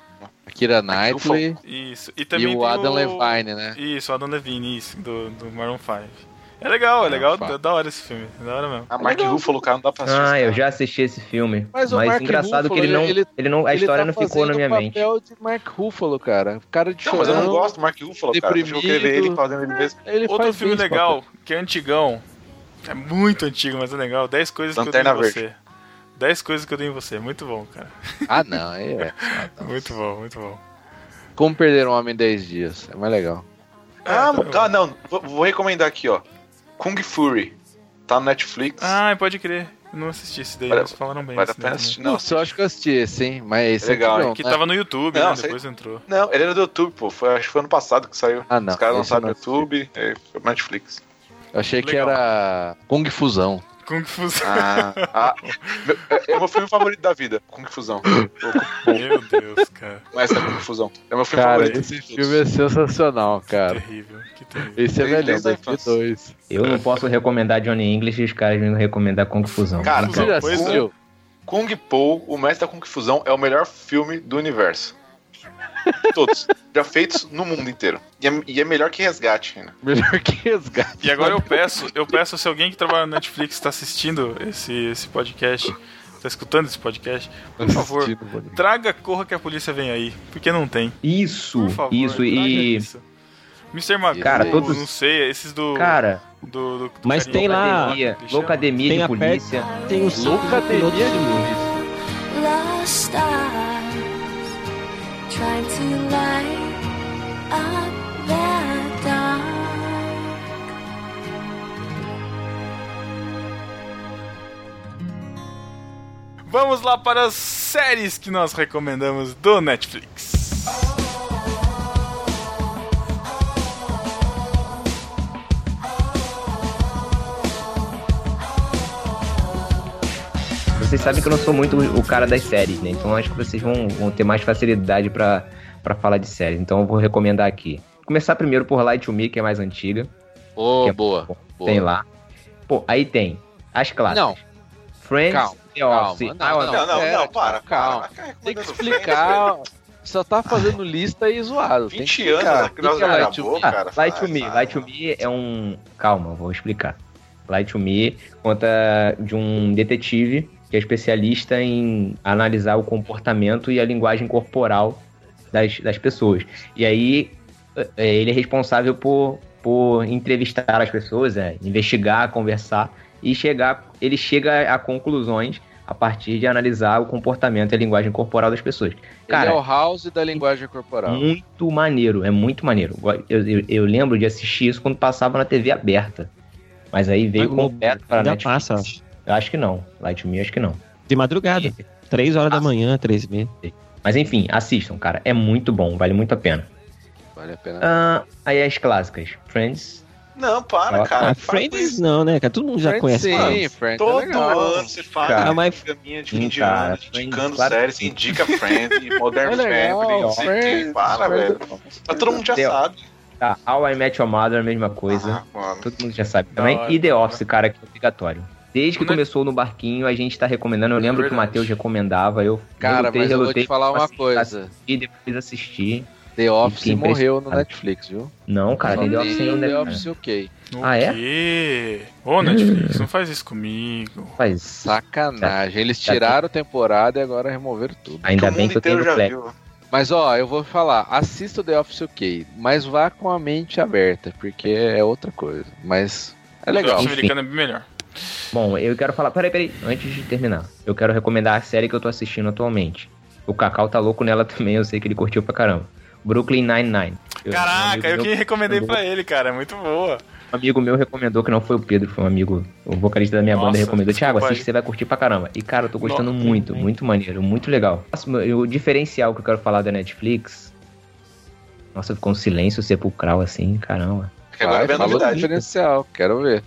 É Kira Mark Ruffalo. Knightley Isso. E e também o tem Adam Levine, né? É. Isso, o Adam Levine, isso, do, do Maroon 5. É legal, é legal, fala. é da hora esse filme, é da hora mesmo. Ah, Mark Ruffalo, cara, não dá pra assistir. Ah, esse eu cara. já assisti esse filme. Mas Mas, o Mark engraçado que ele não, Ruffalo, ele, ele- não, a Ele história tá não ficou na fazendo minha o mente. papel de Mark Ruffalo, cara. Cara de Não, mas eu não chorão. gosto do Mark Ruffalo, cara. Eu acho que eu queria ver Deprimido. ele fazendo ele mesmo. Ele Outro faz filme bem esse legal, que é antigão, é muito antigo, mas é legal, 10 coisas Lanterna que eu tenho em Verde. você. 10 coisas que eu tenho em você, muito bom, cara. Ah, não, aí (laughs) é. ah, não. Muito bom, muito bom. Como perder um homem em 10 dias? É mais legal. É, tá Ah, mo- ah, não. Vou, vou recomendar aqui, ó. Kung Fury. Tá no Netflix. Ah, pode crer, eu não assisti esse daí, Vale- eles falaram bem. vale a esse daí pena também. assistir. Não, Nossa, eu acho que eu assisti esse, hein? Mas esse Legal, aqui não, hein? é Que né? tava no YouTube, Não, né, sei- depois entrou. não, ele era do YouTube, pô. Foi, acho que foi ano passado que saiu. Ah, não, Os caras esse lançaram no não. YouTube, é, foi pro Netflix. Eu achei que Legal. era Kung Fusão. Kung Fu. Ah, ah, meu- é, é meu filme favorito da vida, Kung Fusão. Meu Deus, cara, Mas é Kung Fusão. É meu filme Cara, favorito. esse filme é sensacional, cara. terrível, que terrível. Esse é Desde- melhor, desde a 2002. Eu não posso recomendar Johnny English e os caras me não recomendar Kung Fusão. Cara, Não dá. Você já Pois é. assistiu? Kung Po, o mestre da Kung Fusão, é o melhor filme do universo. Todos. Já feitos no mundo inteiro. E é, e é melhor que Resgate, né? Melhor que Resgate. E agora eu peço, eu peço se alguém que trabalha na Netflix está assistindo esse, esse podcast, está escutando esse podcast, Tá por favor, traga corra que a polícia vem aí, porque não tem. Isso, Por favor, isso traga e isso. Mr. Magu, Cara, todos- não sei, esses do cara, do. do- do Mas carinha. tem lá- Academia, Deixa eu- loucademia Tem de a polícia. Tem o sangue do piloto Loucademia de sumiu. polícia. lost stars trying to light up the dark. Vamos lá para as séries que nós recomendamos do Netflix. Vocês sabem que eu não sou muito o cara das séries, né? Então acho que vocês vão, vão ter mais facilidade pra pra falar de séries. Então eu vou recomendar aqui. Vou Começar primeiro por Light to Me, que é mais antiga. Ô, Que é boa. bom. boa. Tem lá. Pô, aí tem as clássicas. Não, Friends, calma, The calma. Office. Não, Ah, não, Não, não, Pera, não, para. para. calma. Fica tem que recomendando Friends, explicar. Só tá fazendo lista e zoado. Tem que 20 explicar. anos que nós O que é Light to acabou, Me? cara. Ah, Light to Vai, Me. vai. Light to Me é um. Calma, vou explicar. Light to Me conta de um detetive que é especialista em analisar o comportamento e a linguagem corporal das, das pessoas. E aí eh, ele é responsável por, por entrevistar as pessoas, é, investigar, conversar e chegar. Ele chega a conclusões a partir de analisar o comportamento e a linguagem corporal das pessoas. Cara, Ele é o house da linguagem corporal. muito maneiro, é muito maneiro. Eu, eu- eu lembro de assistir isso quando passava na TV aberta. Mas aí veio Globo completo pra ainda Netflix. passa, acho. Eu acho que não. Light to Me, eu acho que não. De madrugada. Três horas da manhã, três e meia. Mas enfim, assistam, cara. É muito bom, vale muito a pena. Vale a pena. Ah, aí as clássicas. Friends. Não, para, Ah, cara. Para Ah, com isso. Friends não, né, cara? Todo mundo já Friends, conhece Sim, Friends. Friends. Todo é legal. ano você faz Cara, uma mas- caminha de fim de Cara, ano, Friends, indicando claro séries, que sim. indica Friends, Modern É legal, Family, não sei o Friends, que. Para, Friends. velho. Tá, todo mundo já Deu. sabe. Tá, How I Met Your Mother, a mesma Ah, coisa. mano. Todo mundo já sabe Da também. hora, E The da hora. Office, cara, que é obrigatório. Desde que é Né? começou no barquinho, a gente tá recomendando. Eu lembro que o Verdade. Matheus recomendava. Eu Cara, relutei, mas eu vou relutei, te falar uma assisti, coisa. E depois assisti. The Office Fiquei morreu no impressionado. Netflix, viu? Não, cara, Só The Office é um tem ainda. The cara. Office, ok. O Ah, é? quê? Ô, Netflix, não faz isso comigo. Faz. tá, Sacanagem. Eles tiraram a temporada e agora removeram tudo. Ainda o bem mundo que eu tenho inteiro já Black. viu. Mas ó, eu vou falar, assista o The Office ok, mas vá com a mente aberta, porque é outra coisa. Mas é legal. O americano é bem melhor. Bom, eu quero falar. Peraí, peraí. Antes de terminar, eu quero recomendar a série que eu tô assistindo atualmente. O Cacau tá louco nela também, eu sei que ele curtiu pra caramba. Brooklyn Nine-Nine. Eu- um Caraca, amigo eu que meu- recomendei meu- pra ele, cara. É muito boa. Um amigo meu recomendou, que não foi o Pedro, foi um amigo, o vocalista da minha Nossa, banda recomendou. Thiago, desculpa assiste, aí. você vai curtir pra caramba. E cara, eu tô gostando Nossa, muito, muito maneiro, muito legal. Próximo, eu- o diferencial que eu quero falar da Netflix. Nossa, ficou um silêncio sepulcral assim, caramba. Que agora Vai, vem a falou do novidade. diferencial, quero ver.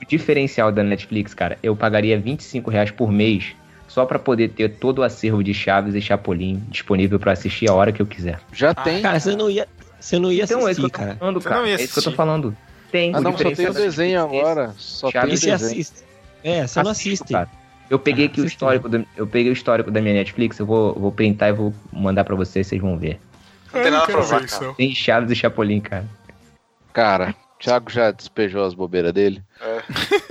o diferencial da Netflix, cara, eu pagaria R$ 25 reais por mês só pra poder ter todo o acervo de Chaves e Chapolin disponível pra assistir a hora que eu quiser. Já Ah, tem. Cara, você não ia, você não ia Então é isso assistir, que eu tô cara. falando, Você cara. não ia É isso que eu tô assistir. falando. Tem Ah, o não, só tem diferencial o da desenho Netflix. agora. Só tem o Chaves E e você desenho. assiste. É, só não Assistam, assiste. cara. Eu peguei aqui o Assistam. histórico, do- eu peguei o histórico da minha Netflix, eu vou, vou printar e vou mandar pra vocês, vocês vão ver. Não tem nada pra provar, isso, cara. não. Tem Chaves e Chapolin, cara. Cara, o Thiago já despejou as bobeiras dele.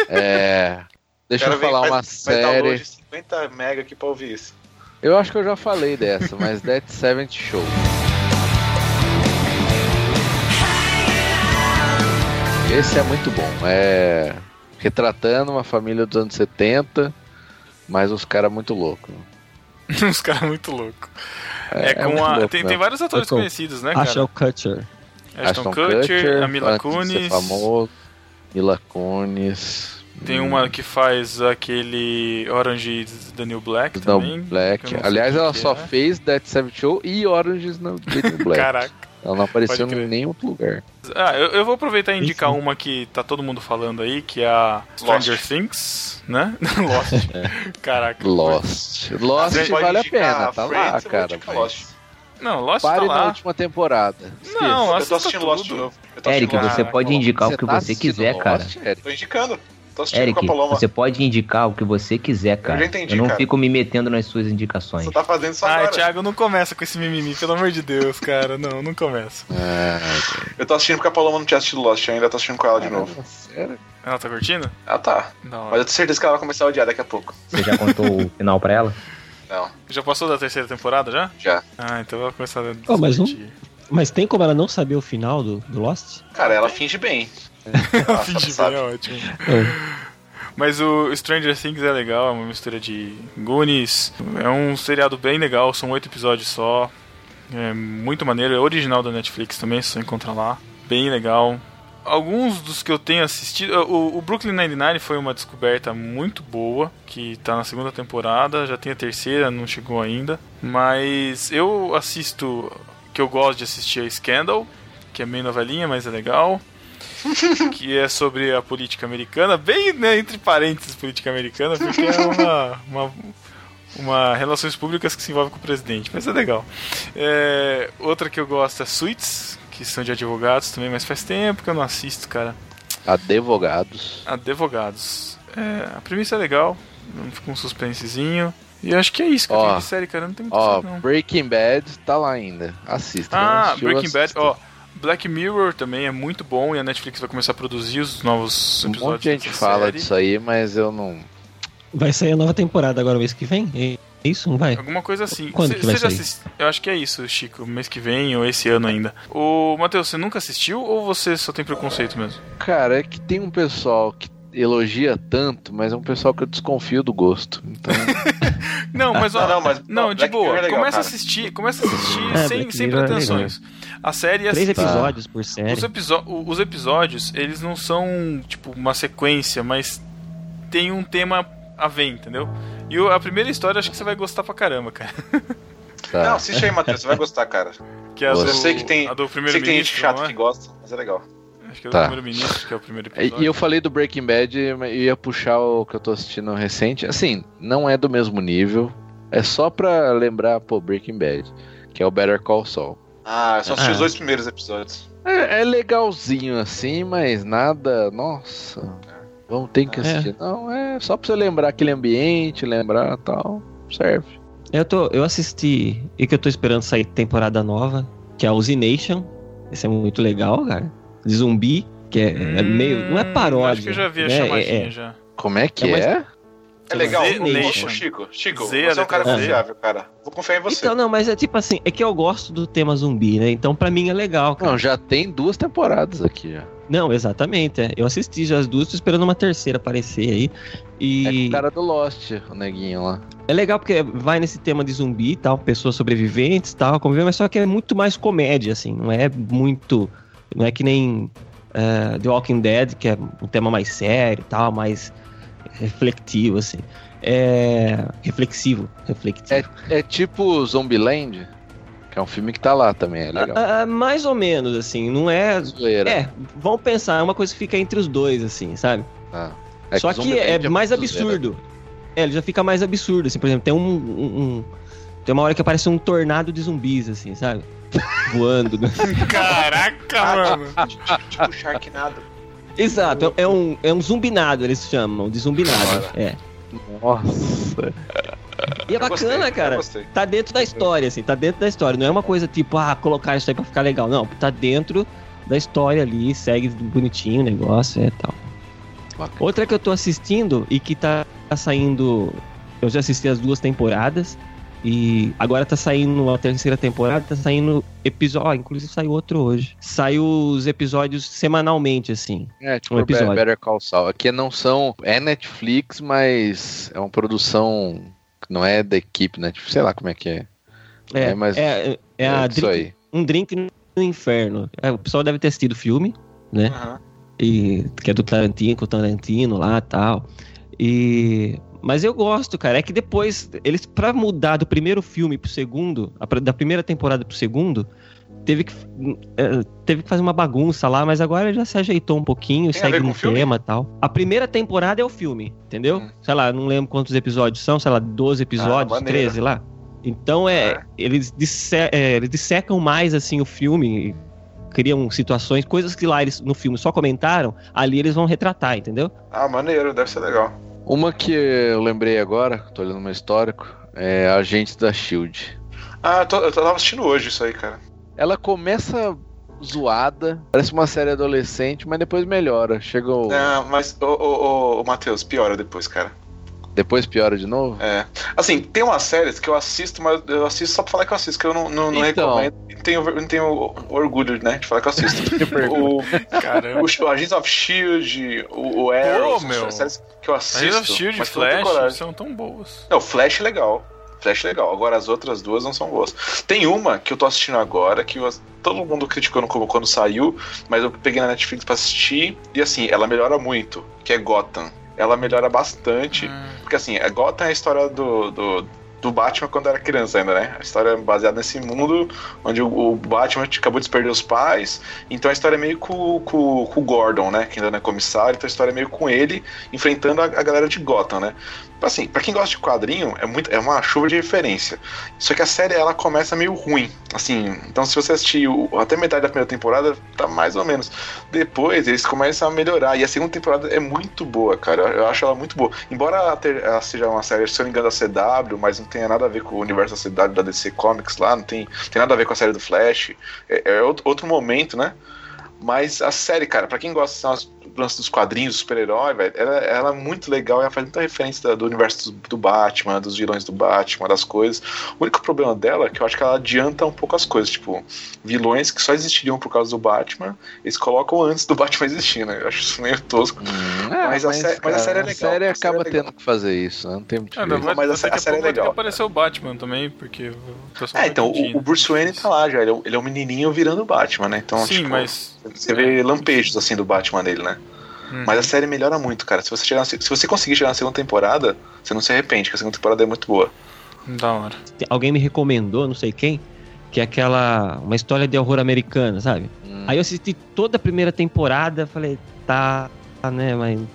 É. Deixa Cara, eu vem, falar faz- uma faz série. download um de 50 mega aqui pra ouvir isso. Eu acho que eu já falei dessa, mas Dead Seventh Show. Esse é muito bom. É retratando uma família dos anos 70, mas uns caras muito loucos. (laughs) Uns caras muito loucos. É, é muito com a. louco, tem, né? tem vários atores Muito louco. conhecidos, né, cara? Acha o Cutcher. Ashton Kutcher, a Mila antes de ser Kunis. famoso, Mila Kunis. Tem um hum, uma que faz aquele Orange is the New Black Não, também. que Black. eu não sei Aliás, quem ela que só é. fez Dead Seventh Show e Oranges no New (laughs) Black. Caraca. Ela não apareceu Pode crer. em nenhum outro lugar. Ah, eu, eu vou aproveitar e indicar uma que tá todo mundo falando aí, que é a Stranger Lost. Things, né? (laughs) (laughs) Lost. Caraca. É. Lost. Lost Você pode vale a indicar pena, tá Friends, lá, eu vou cara. indicar mas Lost. Não, Lost Pare tá na lá. última temporada. Não, Eu tô assista assistindo Lost de tudo. novo. Eu tô Érica, assistindo Lost. você Caraca, pode Paulo, indicar o que tá você assistindo quiser, Lost, cara. Eric? Tô indicando. Tô assistindo Eric, com a é Paloma. você pode indicar o que você quiser, cara. entendi, eu não cara. fico me metendo nas suas indicações. Você tá fazendo só Ai, agora. Ah, Thiago, não começa com esse mimimi, pelo amor de Deus, cara. Não, não começa. Ah, Eu tô assistindo porque a Paloma não tinha assistido Lost ainda, eu tô assistindo com ela de novo. cara, sério? Ela tá curtindo? Ah, tá. Não. Mas eu tenho certeza que ela vai começar a odiar daqui a pouco. Você já contou o final pra ela? Não, Já passou da terceira temporada já? já. Ah, então eu vou começar a Oh, mas não- discutir. Mas tem como ela não saber o final do, do Lost? Cara, ela finge bem. A (laughs) fim de ver é ótimo. Mas o Stranger Things é legal, é uma mistura de Goonies. É um seriado bem legal, são oito episódios só. É muito maneiro, é original da Netflix também, se você encontrar lá. Bem legal. Alguns dos que eu tenho assistido. eh, O, o Brooklyn Nine-Nine foi uma descoberta muito boa, que tá na segunda temporada, já tem a terceira, não chegou ainda. Mas eu assisto, que eu gosto de assistir é Scandal, que é meio novelinha, mas é legal que é sobre a política americana, bem né, entre parênteses política americana, porque é (laughs) uma, uma, uma relações públicas que se envolve com o presidente, mas é legal. É, outra que eu gosto é Suits, que são de advogados também, mas faz tempo que eu não assisto, cara. Advogados. Advogados. É, a premissa é legal, fica um suspensezinho. E acho que é isso que eu Ó, tenho de série, cara. Não tem muito Ó, série, não. Breaking Bad tá lá ainda. Assista. não Ah, assistiu, Breaking Bad, assista. ó. Black Mirror também é muito bom e a Netflix vai começar a produzir os novos Um episódios. monte de gente dessa fala série. disso aí, mas eu não. Vai sair a nova temporada agora, mês que vem? É isso? Não vai? Alguma coisa assim. Quando Cê- que vai cê já sair? assisti- Eu acho que é isso, Chico. Mês que vem ou esse ano ainda. Ô, Matheus, você nunca assistiu ou você só tem preconceito mesmo? Cara, é que tem um pessoal que elogia tanto, mas é um pessoal que eu desconfio do gosto. Então, Não, mas ó, (laughs) Não, não, mas- não, não, de Black boa. Mirror é legal, começa a cara. assistir, começa a assistir É, sem, Black sem Mirror é pretensões. a série é Três assim- episódios né? por série. Os, episo- o- os episódios, eles não são, tipo, uma sequência, mas tem um tema a ver, entendeu? E o- a primeira história acho que você vai gostar pra caramba, cara. (laughs) tá. Não, assiste aí, Matheus, você vai gostar, cara. Que é a Eu do, sei que tem- a do primeiro Sei que tem gente ministro. chata não é? que gosta, mas é legal. Acho que é do Tá. primeiro ministro, que é o primeiro episódio. E e eu falei do Breaking Bad e eu ia puxar o que eu tô assistindo recente. Assim, não é do mesmo nível. É só pra lembrar, pô, Breaking Bad, que é o Better Call Saul. Ah, eu só assisti Ah. os dois primeiros episódios. É, é legalzinho assim, mas nada. Nossa, vamos ter que É. assistir. Não, é só pra você lembrar aquele ambiente, lembrar tal. Serve. Eu, tô, eu assisti e que eu tô esperando sair temporada nova, que é a Usination. Esse é muito legal, cara. De zumbi, que é, é meio. Não é Hum, paródia. Acho que eu já vi a né? chamadinha É, é. já. Como é que É, mas- é? É legal. Então, Z Ô, Nation. ô, Chico, Z, Chico, a você é um letra cara Z. confiável, cara. Vou confiar em você. (laughs) Então, não, mas é tipo assim, é que eu gosto do tema zumbi, né? Então, pra mim é legal, cara. Não, já tem duas temporadas aqui já. Não, exatamente. é. Eu assisti já as duas, tô esperando uma terceira aparecer aí. É E com o tá cara do Lost, o neguinho lá. é legal porque vai nesse tema de zumbi e tal, pessoas sobreviventes e tal, convivendo, mas só que é muito mais comédia, assim. Não é muito. Não é que nem eh, The Walking Dead, que é um tema mais sério e tal, mais refletivo, assim. É. Reflexivo. Refletivo. É tipo Zombieland, que é um filme que tá lá também, é legal. Ah, ah, mais ou menos, assim. Não é. Zoeira. É, vamos pensar, é uma coisa que fica entre os dois, assim, sabe? Ah, Só então que é, Zombieland mais muito né, zoeira. absurdo. É, ele já fica mais absurdo, assim, por exemplo, tem um, um- um- Tem uma hora que aparece um tornado de zumbis, (laughs) assim, sabe? Voando. né? Caraca, mano. Tipo Sharknado. Exato, é, é um, é um zumbinado, eles chamam, de zumbinado. É. (laughs) Nossa. E é Eu gostei, bacana, Eu cara. gostei. Tá dentro da história, assim, tá dentro da história. Não é uma coisa tipo, ah, colocar isso aí pra ficar legal. Não, tá dentro da história ali, segue bonitinho o negócio, é tal. Bacana. Outra que eu tô assistindo e que tá saindo. Eu já assisti as duas temporadas. E agora tá saindo a terceira temporada, tá saindo episódio. inclusive saiu outro hoje. Saiu os episódios semanalmente, assim. É, tipo Um episódio. Better Call Saul. Aqui não são... É Netflix, mas é uma produção... que Não é da equipe, né? Tipo, sei lá como é que é. É, É, mas- é, é a isso Drink- aí. Um Drink no Inferno. É, o pessoal deve ter assistido o filme, né? Aham. E, que é do Tarantino, com o Tarantino lá tal. E. Mas eu gosto, cara. É que depois, eles, pra mudar do primeiro filme pro segundo, a pr- da primeira temporada pro segundo, teve que, eh, teve que fazer uma bagunça lá, mas agora já se ajeitou um pouquinho, Tem a segue ver com um o filme? Hum. tema e tal. A primeira temporada é o filme, entendeu? Sei lá, não lembro quantos episódios são, sei lá, 12 episódios, Ah, maneiro. 13 lá. Então é, É. Eles, disse- é, eles dissecam mais assim o filme, criam situações, coisas que lá eles no filme só comentaram, ali eles vão retratar, entendeu? Ah, maneiro, deve ser legal. Uma que eu lembrei agora, tô olhando meu histórico, é Agentes da S.H.I.E.L.D. Ah, eu, tô, eu tava assistindo hoje isso aí, cara. Ela começa zoada, parece uma série É. adolescente, mas depois melhora. Chegou. Ah, mas, ô, ô, ô, ô Matheus, piora depois, cara. Depois piora de novo? É. Assim, tem umas séries que eu assisto, mas eu assisto só pra falar que eu assisto, que eu não, não, não Então. recomendo. e Tenho, ver- não tenho orgulho, né, de falar que eu (laughs) assisto. o, Caramba. o, o Agents of Shield, o, o Arrow, essas meu. séries que eu assisto. Agents of Shield e mas que eu não tenho coragem. Flash são tão boas. Não, Flash é legal. Flash é legal. Agora as outras duas não são boas. Tem uma que eu tô assistindo agora, que eu- todo mundo criticou no- quando saiu, mas eu peguei na Netflix pra assistir, e assim, ela melhora muito, que é Gotham. Ela melhora Hum. bastante, porque assim, a Gotham é a história do, do, do Batman quando era criança ainda, né? A história é baseada nesse mundo onde o, o Batman acabou de perder os pais, então a história é meio com, com, com o Gordon, né? Que ainda não é comissário, então a história é meio com ele enfrentando a, a galera de Gotham, né? Assim, pra quem gosta de quadrinho, é, muito, é uma chuva de referência. Só que a série, ela começa meio ruim, assim. Então, se você assistir o- até metade da primeira temporada, tá mais ou menos. Depois, eles começam a melhorar. E a segunda temporada é muito boa, cara. Eu, eu acho ela muito boa. Embora ela, ter- ela seja uma série, se eu não me engano, da CW, mas não tenha nada a ver com o universo da CW, da DC Comics lá, não tem, tem nada a ver com a série do Flash. É, é outro, outro momento, né? Mas a série, cara, pra quem gosta assim, do lance dos quadrinhos, do super-herói, velho, ela, ela é muito legal, ela faz muita referência da- do universo do, do Batman, dos vilões do Batman, das coisas. O único problema dela é que eu acho que ela adianta um pouco as coisas, tipo, vilões que só existiriam por causa do Batman, eles colocam antes do Batman existir, né? Eu acho isso meio tosco. mas a sé- mas a série é legal. Ah, A série A série acaba é legal. tendo que fazer isso, né? Não tem muito É, na jeito. verdade, mas a daqui sé- a série é pouco vai ter que legal. aparecer o Batman também, porque o pessoal É, vai então, pedir, o, o né? Bruce Wayne tá lá já, ele é, um- ele é um menininho virando o Batman, né? Então, Sim, tipo, mas. é. Você vê lampejos assim do Batman dele, né? Hum. Mas a série melhora muito, cara. Se você, chegar na se se você conseguir chegar na segunda temporada, você não se arrepende, que a segunda temporada é muito boa. Da hora. Tem- Alguém me recomendou, não sei quem, que é aquela. Uma história de horror americana, sabe? Hum. Aí eu assisti toda a primeira temporada, falei, tá, tá, né, mas. não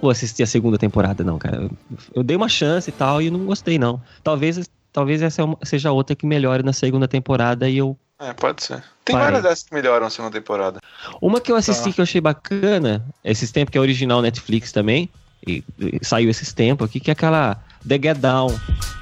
Vou assistir a segunda temporada, não, cara. Eu, eu dei uma chance e tal, e não gostei, não. Talvez, talvez essa é uma- seja outra que melhore na segunda temporada e eu É, pode ser. Tem Vai. várias dessas que melhoram na segunda temporada. Uma que eu assisti Tá. que eu achei bacana, esses tempos, que é original Netflix também, e, e saiu esses tempos aqui, que é aquela The Get Down. que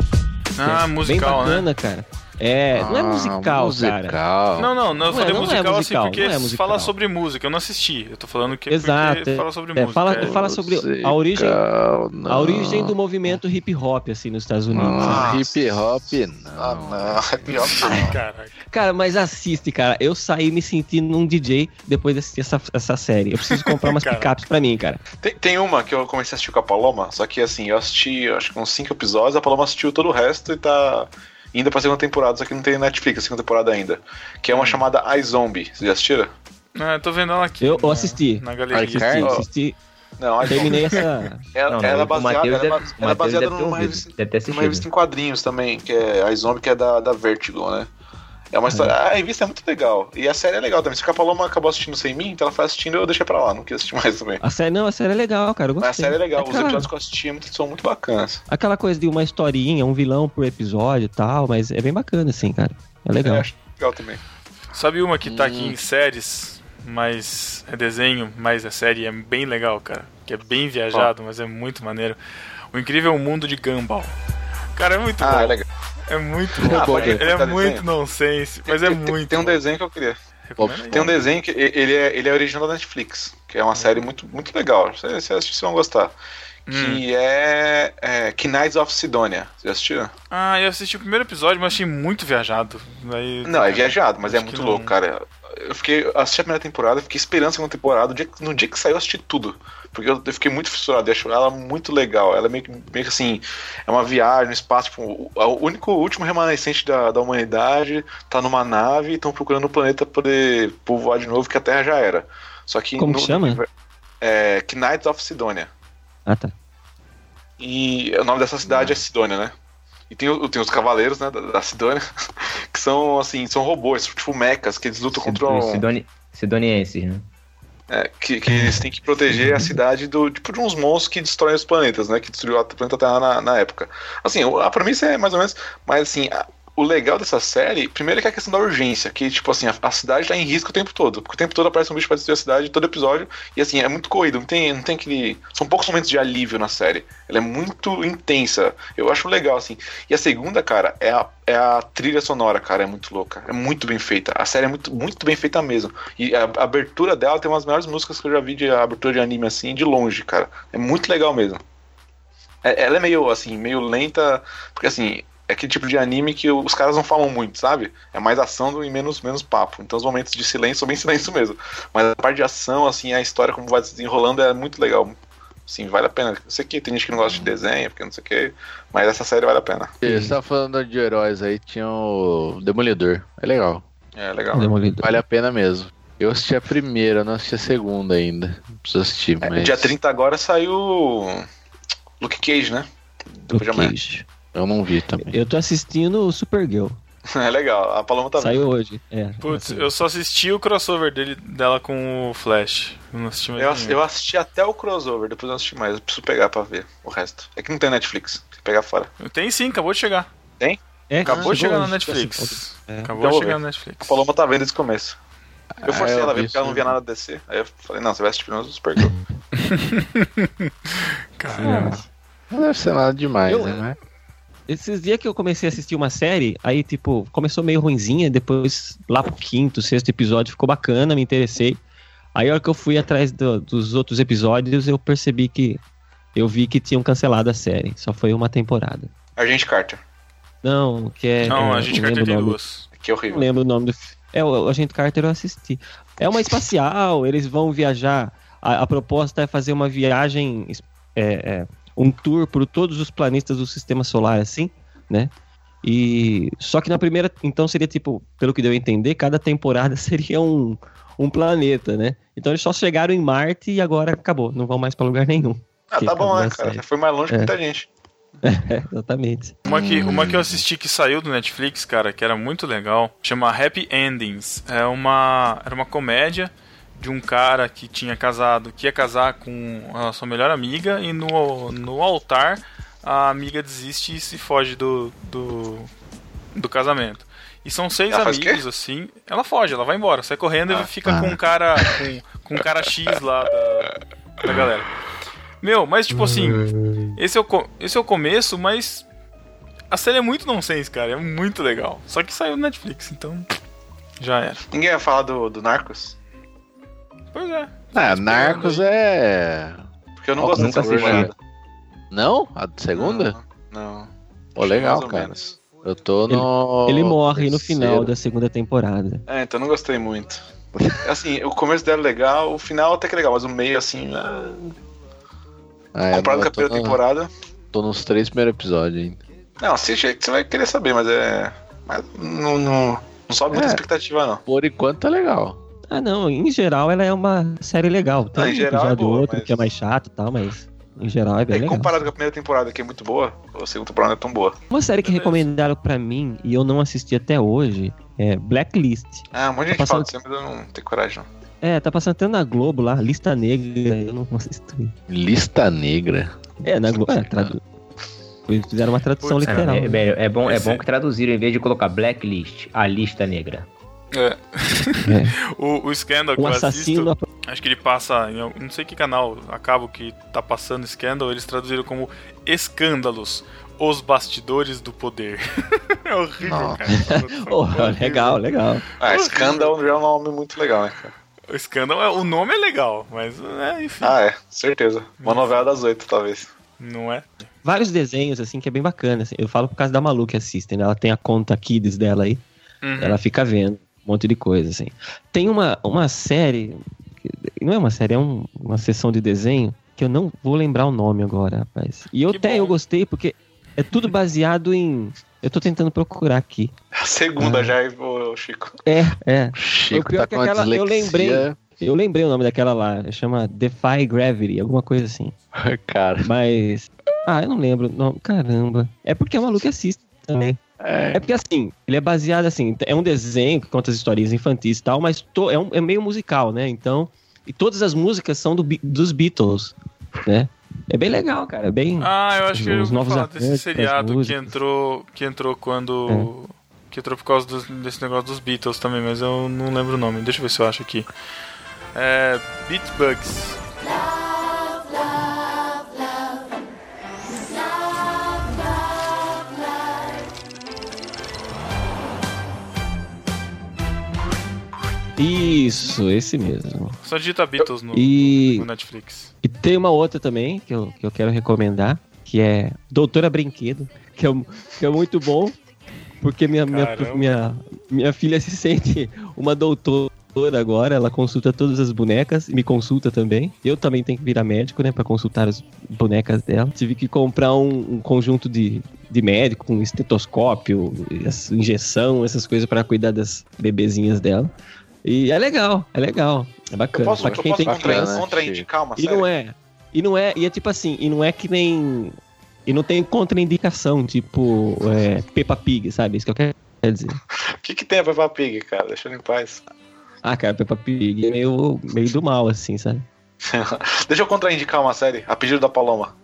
Ah, é musical, Bem né? bacana, cara. É, não é Ah, musical, cara. musical. Não, não, não, eu Não é- falei não é musical, assim musical, porque não é musical. fala sobre música. Eu não assisti. Eu tô falando que é Exato, porque é. fala sobre É, música. fala, é. fala sobre a origem, Musical, a não. origem do movimento hip hop, assim, nos Estados Unidos. Ah, sabe? hip hop, não. Ah, não, é pior que (laughs) não. Caraca. Cara, mas assiste, cara. Eu saí me sentindo um DJ depois de assistir essa, essa série. Eu preciso comprar umas Caraca. picapes pra mim, cara. Tem, tem uma que eu comecei a assistir com a Paloma, só que assim, eu assisti eu acho que uns 5 episódios, a Paloma assistiu todo o resto e tá indo pra segunda temporada, só que não tem Netflix a segunda temporada ainda. Que é uma chamada iZombie. Vocês já assistiram? Ah, eu tô vendo ela aqui. Eu- eu na- assisti. Na Assisti, galeria. Cara, ó. assisti, Não, iZombie. terminei essa. Ela, Não, não, ela é o baseada, Matheus ela é deve- ba- o ela é Matheus baseada deve ter numa ouvido, revista deve ter Tem assistido. uma revista em quadrinhos também, que é a Zombie, que é da, da Vertigo, né? É uma história. A revista é muito legal. E a série é legal também. Só que a Paloma acabou assistindo sem mim, então ela foi assistindo e eu deixei pra lá, não quis assistir mais também. A série, não, a série é legal, cara. Eu Mas gostei. a série é legal, os Aquela- episódios que eu assisti é muito- são muito bacanas. aquela coisa de uma historinha, um vilão por episódio e tal, mas é bem bacana, assim, cara. É legal. Eu acho legal também. Sabe uma que tá aqui Hum. em séries, mas é desenho, mas é série, é bem legal, cara. Que é bem viajado, mas é muito maneiro. O Incrível Mundo de Gumball. Cara, é muito Ah, é bom. legal. É muito bom. Ah, pode Ele é botar muito desenho? nonsense, mas é Tem- tem- muito Tem um bom. desenho que eu queria. Recomendo aí. Tem um desenho que e- ele é, ele é original da Netflix, que é uma série muito, muito legal. Se você assistir, vocês vão gostar. Uhum. Hum. Que é, é Knights of Sidonia. Vocês já assistiram? Ah, eu assisti o primeiro episódio, mas achei muito viajado. Aí- Não, é viajado, mas Acho é que muito não. louco, cara. Eu fiquei, eu assisti a primeira temporada, fiquei esperando a segunda temporada. No dia, que- no dia que saiu, eu assisti tudo. Porque eu, eu fiquei muito fissurado, eu acho ela muito legal. Ela é meio, que- meio que assim, é uma viagem no espaço. Tipo, o, a- o único, o último remanescente da, da humanidade tá numa nave e estão procurando um planeta pra poder povoar de novo, que a Terra já era. Só que. Como que chama? É, Knights of Sidonia. Ah, tá. E o nome dessa cidade é Sidônia, né? E tem, o- tem os cavaleiros, né, da, da Sidônia, (laughs) que são, assim, são robôs, são tipo mecas, que eles lutam contra Os um... sidoni- Sidonienses, né? é, que, que eles têm que proteger a cidade do tipo de uns monstros que destroem os planetas, né? Que destruiu a- o planeta Terra na, na época. Assim, o- a premissa é mais ou menos... Mas, assim, a- o legal dessa série, primeiro é que é a questão da urgência, que, tipo assim, a, a cidade tá em risco o tempo todo. Porque o tempo todo aparece um bicho pra destruir a cidade, todo episódio. E, assim, é muito corrido, não tem, não tem aquele... São poucos momentos de alívio na série. Ela é muito intensa. Eu acho legal, assim. E a segunda, cara, é a, é a trilha sonora, cara. É muito louca. É muito bem feita. A série é muito, muito bem feita mesmo. E a, a abertura dela tem umas melhores músicas que eu já vi de abertura de anime, assim, de longe, cara. É muito legal mesmo. É- Ela é meio, assim, meio lenta, porque, assim, é aquele tipo de anime que os caras não falam muito, sabe? É mais ação e menos, menos papo. Então os momentos de silêncio são bem (laughs) silêncio mesmo. Mas a parte de ação, assim, a história como vai se desenrolando é muito legal. Assim, vale a pena. Eu sei que tem gente que não gosta de desenho, porque não sei o quê, mas essa série vale a pena. Você tava falando de heróis aí, tinha o Demolidor. É legal. É legal. Demolidor. Vale a pena mesmo. Eu assisti a primeira, não assisti a segunda ainda. Não preciso assistir, É, mas. Dia 30 agora saiu Luke Cage, né? (laughs) Depois de amanhã. Cage. Eu não vi também. Eu tô assistindo o Supergirl. É legal, a Paloma tá Saiu hoje. É. Putz, Assim, eu só assisti o crossover dele, dela com o Flash. Eu não assisti mais Eu, ass- nenhum. eu assisti até o crossover, depois eu não assisti mais. Eu preciso pegar pra ver o resto. É que não tem Netflix, tem que pegar fora. Tem sim, acabou de chegar. é, Acabou de chegou chegar na hoje. Netflix. É. Acabou Então de vou chegar ver. na A Netflix. Paloma tá vendo desde o começo. Eu Ah, forcei eu ela a vi ver porque ela isso não via aí. nada desse. Aí eu falei, não, você vai assistir pelo menos o (laughs) Supergirl. Caramba. Não deve ser nada demais, Eu- né? Esses dias que eu comecei a assistir uma série, aí, tipo, começou meio ruinzinha, depois lá pro quinto, sexto episódio ficou bacana, me interessei. Aí, a hora que eu fui atrás do- dos outros episódios, eu percebi que. Eu vi que tinham cancelado a série. Só foi uma temporada. Agente Carter, Não, que é. Não, é, a gente não lembro carteira o tem nome. duas. que é Não horrível. lembro o nome do. fi- É, o o Agente Carter eu assisti. É uma espacial, eles vão viajar. A, a proposta é fazer uma viagem, es- é, é, um tour por todos os planetas do sistema solar, assim, né? E. Só que na primeira. Então seria tipo, pelo que deu a entender, cada temporada (laughs) seria um, um planeta, né? Então eles só chegaram em Marte e agora acabou. Não vão mais pra lugar nenhum. Ah, Que tá bom, acabou né, a cara? série. Já foi mais longe que É. muita gente. Exatamente. Uma que, uma que eu assisti que saiu do Netflix, cara, que era muito legal, chama Happy Endings. É uma, era uma comédia de um cara que tinha casado, que ia casar com a sua melhor amiga e no, no altar a amiga desiste e se foge do, do, do casamento. E são seis Ela faz o quê? amigos, assim. Ela foge, ela vai embora, sai correndo Ah. e fica com um cara. Com, com um cara X lá da, da galera. Meu, mas tipo assim, esse é, o, co- esse é o começo, mas a série é muito nonsense, cara. É muito legal. Só que saiu no Netflix, então. Já era. Ninguém vai falar do, do Narcos? Pois é. Ah, Narcos é. Porque eu não Eu gosto nunca dessa assisti. temporada. Não? A segunda? Não. não. Pô, legal, Mais ou cara. menos. Eu tô no. Ele morre no terceiro. final da segunda temporada. É, então eu não gostei (laughs) muito. Assim, o começo dela é legal, o final até que é legal, mas o meio, assim, ah, Ah, comparado eu não- com a eu tô primeira no- temporada. Tô nos três primeiros episódios ainda. Não, assiste aí que você vai querer saber, mas é. Mas não, não, não sobe muita É. expectativa, não. Por enquanto tá legal. Ah, não, em geral ela é uma série legal. Tem Ah, em um geral é episódio ou boa, outro mas- que é mais chato e tal, mas em geral é bem É, legal. comparado com a primeira temporada, que é muito boa, a segunda temporada não é tão boa. Uma série que recomendaram pra mim e eu não assisti até hoje é Blacklist. Ah, um monte de gente Tá fala passando- disso, mas eu não tenho coragem, não. É, tá passando até na Globo lá, Lista Negra, eu não assisti. Lista negra. É, na Globo, é, tradu... fizeram uma tradução Putz, literal. É, velho, é bom, é Esse- bom que traduziram, em vez de colocar blacklist, a lista negra. O, o Scandal que um eu assassino... (laughs) assisto, acho que ele passa em algum- não sei que canal, acabo que tá passando Scandal, eles traduziram como Escândalos, os bastidores do poder. (laughs) é horrível, Nossa. cara. essa tradução. (laughs) Oh, legal, legal. Ah, Horrível. Scandal já é um nome muito legal, né, cara? O Scandal, é- o nome é legal, mas é, enfim, Ah, é, certeza. Uma novela das oito, talvez. não é. Vários desenhos, assim, que é bem bacana. assim. Eu falo por causa da Malu que assiste, né? Ela tem a conta Kids dela aí. Uhum. Ela fica vendo um monte de coisa, assim. Tem uma, uma série. que- Não é uma série, é um- uma sessão de desenho que eu não vou lembrar o nome agora, rapaz. E eu Que até bom. eu gostei, porque é tudo baseado em. Eu tô tentando procurar aqui. A Ah. segunda já, e o Chico. É, é. Chico O pior tá que com a aquela- dislexia. eu Eu lembrei o nome daquela lá. Chama Defy Gravity, alguma coisa assim. (laughs) Cara, Mas. Ah, eu não lembro. o nome. caramba. É porque é maluco que assiste também. é, É porque assim, ele é baseado assim, é um desenho que conta as historinhas infantis e tal, mas to- é, um- é meio musical, né? Então, e todas as músicas são do Be- dos Beatles, né? É bem legal, cara, é bem... Ah, eu acho que eu Os ouvi novos falar desse arranjos, as seriado que músicas. É. entrou, que entrou quando. Que entrou por causa dos- desse negócio dos Beatles também, mas eu não lembro o nome. Deixa eu ver se eu acho aqui. É. Beatbugs. Isso, esse mesmo. Só digita Beatles no, E, no Netflix. e tem uma outra também que eu, que eu quero recomendar, que é Doutora Brinquedo, que é, um- que é muito bom, porque minha, minha, Caramba. minha, minha filha (laughs) se sente uma doutora agora, ela consulta todas as bonecas, e me consulta também. Eu também tenho que virar médico, né, pra consultar as bonecas dela. Tive que comprar um, um conjunto de, de médico, com estetoscópio, as- injeção, essas coisas pra cuidar das bebezinhas dela. E é legal, é legal, é Eu bacana. posso, pra eu quem posso tem bacana, contra, criança... né? contraindicar uma E série? não é. E não é. E é tipo assim, e não é que nem. E não tem contraindicação, tipo é, Peppa Pig, sabe? Isso que eu quero dizer. O que, que tem a Peppa Pig, cara? Deixa ele em paz. Ah, cara, Peppa Pig é meio, meio do mal, assim, sabe? Deixa eu contraindicar uma série, a pedido da Paloma.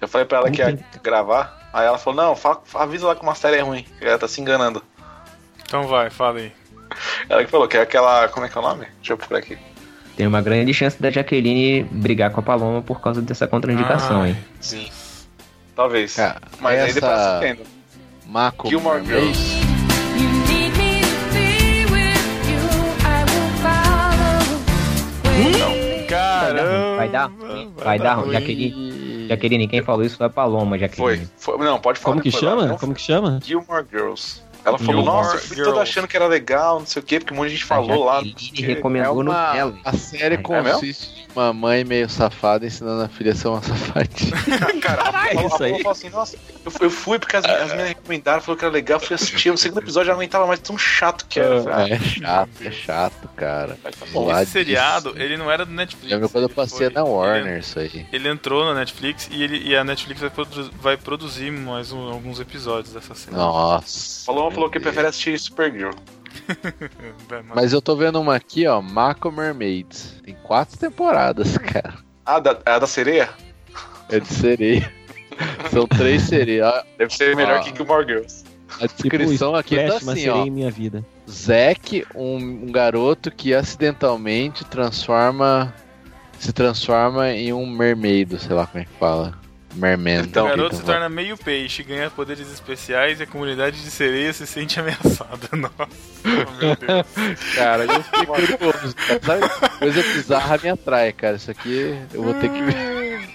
Eu falei pra ela que ia Uhum. gravar, aí ela falou, não, fala- avisa lá que uma série é ruim, que ela tá se enganando. Então vai, fala aí. Ela que falou que é aquela, como é que é o nome? Deixa eu procurar aqui. Tem uma grande chance da Jaqueline brigar com a Paloma por causa dessa contraindicação, Ah. hein? Sim. Talvez. É, Cara, Mas aí essa- depois eu entendo. Marco. Gilmore Girls. You need me to be with you. I will follow. Caramba! Vai dar ruim, vai dar ruim. Jaqueline, Jaqueline, quem falou isso foi a Paloma, Foi, Jaqueline. foi. Não, pode falar. Como que depois, ela chama? não- Como que chama? Gilmore Girls. Ela falou, Gilmore nossa, eu fui toda Girls. achando que era legal, não sei o quê, porque um monte de gente falou a lá. Jaqueline que- É recomendou uma, no (laughs) Ellen. a É série consiste de uma mãe meio safada ensinando a filha a ser uma (laughs) safadinha. Cara, Caralho, a isso Paula aí. falou assim, nossa, eu fui, eu fui porque as, as meninas recomendaram, falou que era legal, fui assistir. O segundo episódio eu já não aguentava mais tão chato que era. "Ah, velho. é chato, é chato, cara. Mas tá bom. Lá Esse seriado, ele não era do Netflix. Lembra quando eu ele foi- passei na ele- Warner isso aí. Ele entrou na Netflix e, ele, e a Netflix vai, produ- vai produzir mais um- alguns episódios dessa série. Nossa. Falou, meu falou que Deus. prefere assistir Supergirl. Vai, É, mas- Mas eu tô vendo uma aqui, ó, Mako Mermaids. Tem quatro temporadas, (laughs) cara. Ah, da, a da sereia? É de sereia. São três sereias. A- Deve ser melhor Ah. que Gilmore Girls. A descrição Tipo, aqui tá Flash, uma assim, sereia ó. em minha vida. Zack, um, um garoto que acidentalmente transforma. Se transforma em um mermeido, sei lá como é que fala. Merman. Então, o Que garoto tá se torna meio peixe, ganha poderes especiais e a comunidade de sereias se sente (laughs) ameaçada. Nossa, (laughs) meu Deus. Cara, eu fico curioso, cara. Sabe? Coisa bizarra me atrai, cara. Isso aqui eu vou ter que ver.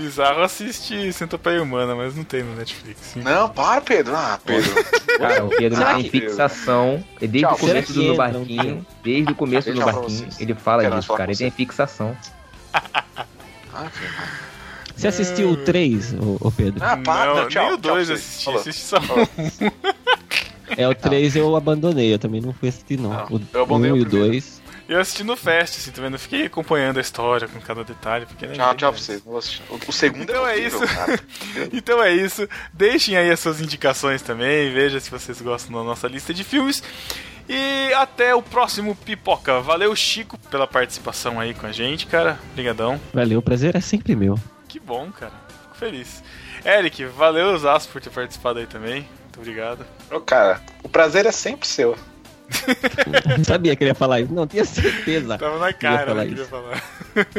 Bizarro assistir Centopeia Humana, mas não tem no Netflix. Não, para, Pedro. Ah, Pedro. Cara, o Pedro Será tem que- fixação. E desde Tchau, o começo será do que No entra, Barquinho, desde o começo do Deixa eu falar pra Barquinho, vocês. ele fala Quero disso, falar cara. com Ele tem fixação. Você assistiu o 3, ô, ô Pedro? Ah, para, não, tchau. nem o tchau, 2 vocês. assisti, Falou. assisti só um. É, o 3 eu abandonei, eu também não fui assistir, não. Não, eu o abandonei 1 o e o primeiro. 2. Eu assisti no Fast, assim, também não fiquei acompanhando a história com cada detalhe. Porque né, nem- Tchau, tchau pra vocês. Não vou assistir. O- O segundo Então é horrível, isso. cara. Então é isso. Deixem aí as suas indicações também. Veja se vocês gostam da nossa lista de filmes. E até o próximo Pipoca. Valeu, Chico, pela participação aí com a gente, cara. Obrigadão. Valeu, o prazer é sempre meu. (laughs) Que bom, cara. Fico feliz. Eric, valeu os aços por ter participado aí também. Muito obrigado. Ô, cara, o prazer é sempre seu. Sabia que ele ia falar isso. Não, tinha certeza. Tava na cara, falar né, queria falar.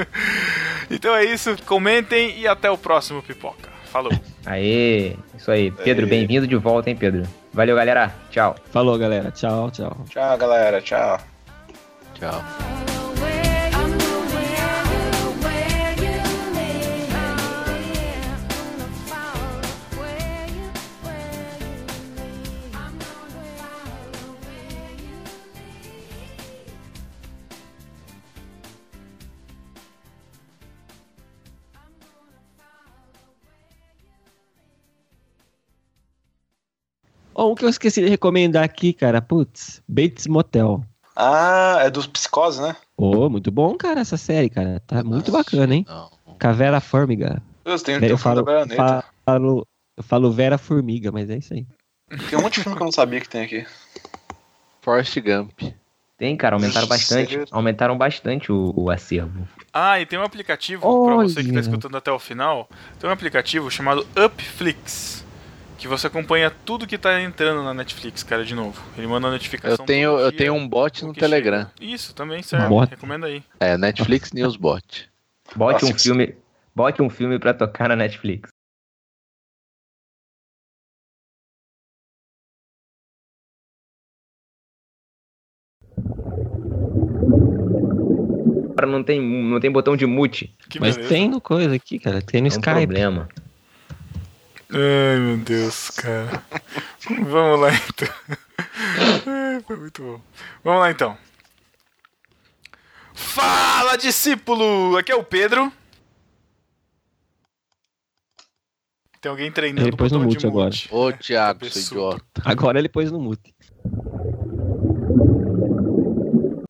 (laughs) então é isso. Comentem e até o próximo Pipoca. Falou. Aê, isso aí. Pedro, Aê. bem-vindo de volta, hein, Pedro. Valeu, galera. Tchau. Falou, galera. Tchau, tchau. Tchau, galera. Tchau. Tchau. I'm aware where you live. I'm gonna follow where you, where you live. I'm gonna follow where you live. I'm gonna follow. Ó, um que eu esqueci de recomendar aqui, cara. Putz, Bates Motel. Ah, é dos psicose, né? Ô, muito bom, cara, essa série, cara. Tá muito bacana, hein? Não. Cavera Formiga. Eu tenho, Daí tem um filme eu falo, da Baioneta. fa- falo, eu falo Vera Formiga, mas é isso aí. Tem um monte de filme que eu não sabia que (laughs) tem aqui. Forrest Gump. Tem, cara, aumentaram Ixi, bastante. sério? Aumentaram bastante o, o acervo. Ah, e tem um aplicativo pra Olha. você que tá escutando até o final. Tem um aplicativo chamado Upflix. Que você acompanha tudo que tá entrando na Netflix, cara, de novo. Ele manda uma Eu notificação. tenho, todo eu dia. tenho um bot o no que Telegram. chega. Isso, também serve. Bota. Recomenda aí. É, Netflix News Bot. Bote Nossa, um que- filme, bote um filme pra tocar na Netflix. Agora não tem, não tem botão de mute. Que mas beleza. tem no coisa aqui, cara. Tem no é um (laughs) Skype. problema. Ai, meu Deus, cara. Vamos lá, então. Ai, Foi muito bom. Vamos lá, então. Fala, discípulo! Aqui é o Pedro. Tem alguém treinando Ele pôs o no botão de mute agora. mute. Ô, Thiago, seu Cabeçudo. idiota. Agora ele pôs no mute.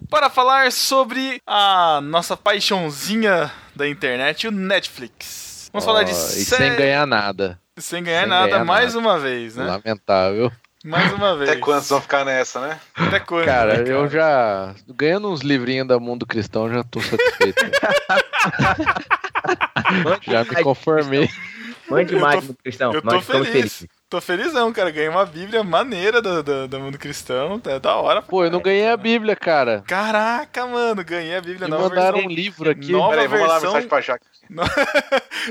para falar sobre a nossa paixãozinha da internet, o Netflix. Vamos falar de Ó, e série- sem ganhar nada. sem ganhar sem nada ganhar mais nada. uma vez, né? Lamentável. Mais uma vez. Até quantos vão ficar nessa, né? Até quando? Cara, (laughs) né, eu já. Ganhando uns livrinhos da Mundo Cristão, já tô (laughs) satisfeito. já me conformei. Mande Eu tô- mais, Cristão. Eu tô Nós ficamos feliz. felizes. Tô felizão, cara. Ganhei uma Bíblia maneira do, do, do mundo cristão. É da hora. Pô, eu não ganhei a Bíblia, cara. Caraca, mano, ganhei a Bíblia Me nova mandaram um versão. livro aqui. Nova Peraí, vamos lá, versão- mensagem pra Jaque.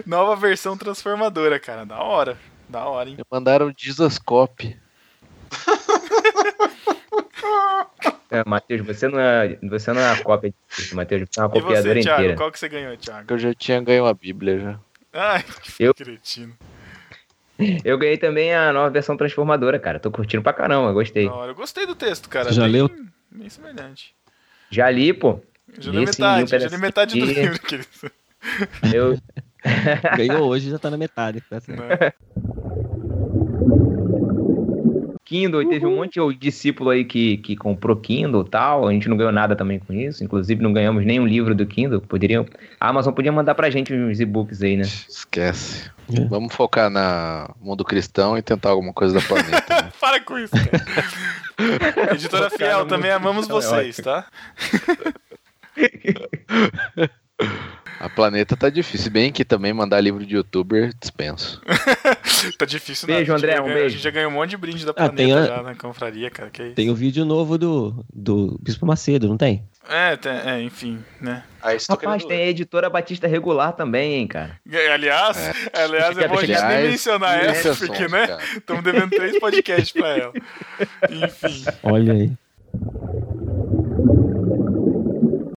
Nova versão transformadora, cara. Da hora. Da hora, hein? Me mandaram um Jesus Copy. É, Matheus, você não é, você não é uma cópia de Cristo, Matheus. Você é uma E você, copiadora Thiago? inteira. Qual que você ganhou, Thiago? que Eu já tinha ganho a Bíblia já. Ai, (laughs) que Eu? cretino. Eu ganhei também a nova versão transformadora, cara. Tô curtindo pra caramba, gostei. Da hora. Eu gostei do texto, cara. Você já Bem- leu? Bem semelhante. Já li, um pô. Já li Esse metade, já livro li parece metade do que- livro, querido. (laughs) Eu, Ganhou hoje já tá na metade. tá certo. Né? Kindle, e teve um monte de discípulo aí que, que comprou Kindle e tal. A gente não ganhou nada também com isso. Inclusive, não ganhamos nenhum livro do Kindle. Poderiam. A Amazon podia mandar pra gente uns e-books aí, né? Esquece. É. Vamos focar na Mundo Cristão e tentar alguma coisa da planeta. (laughs) né? Para com isso, cara. (laughs) Editora Fiel, também amamos é vocês, tá? A planeta tá difícil. Bem que também mandar livro de youtuber, dispenso. Tá difícil, Beijo, nada. A gente André, já ganhou- um A beijo. gente já ganhou um monte de brinde da Ah, tem planeta a- já na confraria, cara. Que é isso? Tem o vídeo novo do, do Bispo Macedo, não tem? É, tem- é, enfim, né? Aí estou Rapaz, tem querendo. a editora Batista regular também, hein, cara. Aliás, aliás, é bom a gente nem Aliás, mencionar que essa, é assunto, porque, né? cara. Estamos devendo três podcasts pra ela. Enfim. Olha aí.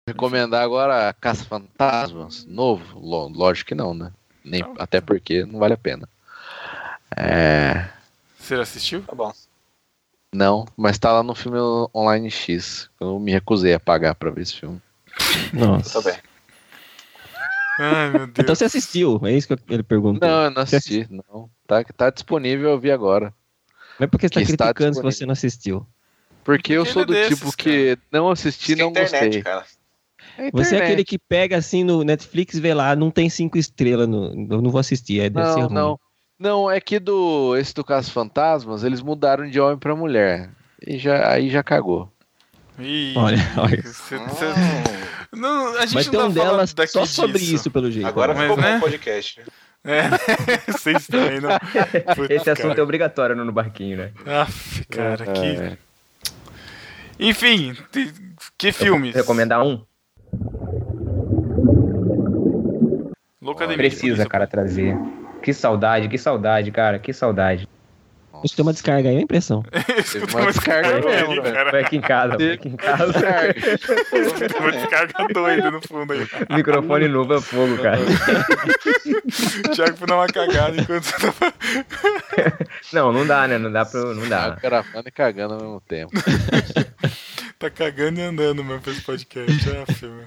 Recomendar agora Caça Fantasmas, novo? Lo- Lógico que não, né? Nem, até porque não vale a pena. É, Você já assistiu? Tá bom. não, mas tá lá no filme Online X. Eu me recusei a pagar pra ver esse filme. Tá Nossa. bem. Ai, meu Então Deus. você assistiu, é isso que ele perguntou. Não, eu não assisti, não. Tá, tá disponível, eu vi agora. Não é porque você tá Que está criticando se disponível. você não assistiu. Porque eu Ele sou do desses, tipo que não assisti, Isso que é não gostei. cara. É Você é internet. aquele que pega assim no Netflix, vê lá, não tem cinco estrelas, no, eu não vou assistir, é deve ser Não, ruim. não. Não, é que do esse do Caso Fantasmas, eles mudaram de homem pra mulher. E já, aí já cagou. Ih, Então, Olha, (laughs) olha. você- você- Hum, Não, a gente Mas não tem tá um delas falando daqui só sobre disso. isso, pelo (laughs) jeito. agora Mas, ficou bom né? o podcast. É, (laughs) vocês também não. Putz, Esse assunto é cara. obrigatório no barquinho, né? Aff, cara, que. É, Enfim, te- que filmes? Recomendar um? Loucademia. (laughs) Precisa, cara, trazer. Que saudade, que saudade, cara, que saudade. Isso tem uma descarga aí, é (laughs) a impressão. Teve uma descarga mesmo, velho. Foi aqui em casa, foi aqui (laughs) em casa. Uma descarga doida no fundo aí. Microfone novo é fogo, cara. O Thiago foi dar uma cagada enquanto você tava. Não, não dá, né? Não dá pra. Não Tá dá. gravando e cagando ao mesmo (laughs) tempo. Tá cagando e andando mesmo pra esse podcast. Ah, filme.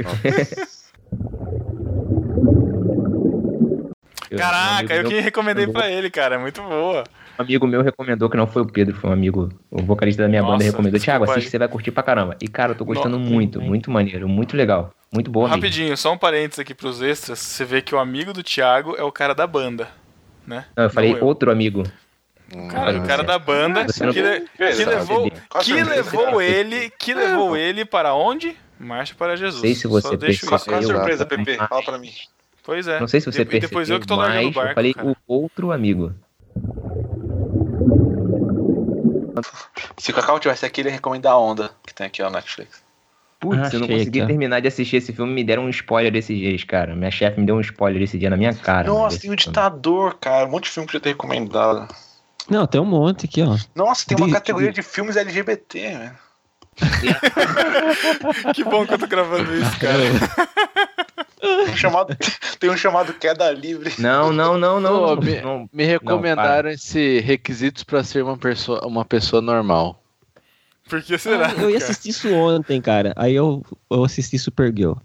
Eu- Caraca, um eu amigo que recomendei meu- pra ele, cara. é Muito boa. Um amigo meu recomendou, que não foi o Pedro, foi um amigo, o vocalista da minha Nossa, banda recomendou. Thiago, desculpa assiste, aí. você vai curtir pra caramba. E, cara, eu tô gostando Nossa, muito, muito maneiro, muito legal. Muito bom, amigo. Rapidinho, só um parênteses aqui pros extras. Você vê que o amigo do Thiago é o cara da banda. Né? Não, Ah, eu falei Não eu. outro amigo. Cara, o Ah, cara você- da banda você não- que, le- que Beleza. levou, Quase que não levou ele, que levou ele para onde? Marcha para Jesus. É, Sei se você Só deixo pensou- isso. Qual a Eu- surpresa, eu- Pepe? Fala pra mim. Pois é. Não sei se você e percebeu, depois eu que tô largando o mas barco, eu falei cara. o outro amigo. Se o Cacau tivesse aqui, ele ia recomendar a onda que tem aqui ó, no Netflix. Putz, eu não Achei, consegui cara. terminar de assistir esse filme, me deram um spoiler desses dias, cara. Minha chefe me deu um spoiler esse dia na minha cara. mano, Nossa, desse tem o filme. Ditador, cara. Um monte de filme que eu já tenho recomendado. Não, tem um monte aqui, ó. Nossa, tem uma Diz- categoria de filmes LGBT, velho. (laughs) Que bom que eu tô gravando isso, cara. Tem um chamado, (laughs) tem um chamado queda livre. Não, não, não, não. Ô, não, me, não. me recomendaram esse requisitos pra ser uma pessoa, uma pessoa normal. Por que será? (laughs) Eu ia cara? assistir isso ontem, cara. Aí eu, eu assisti Supergirl.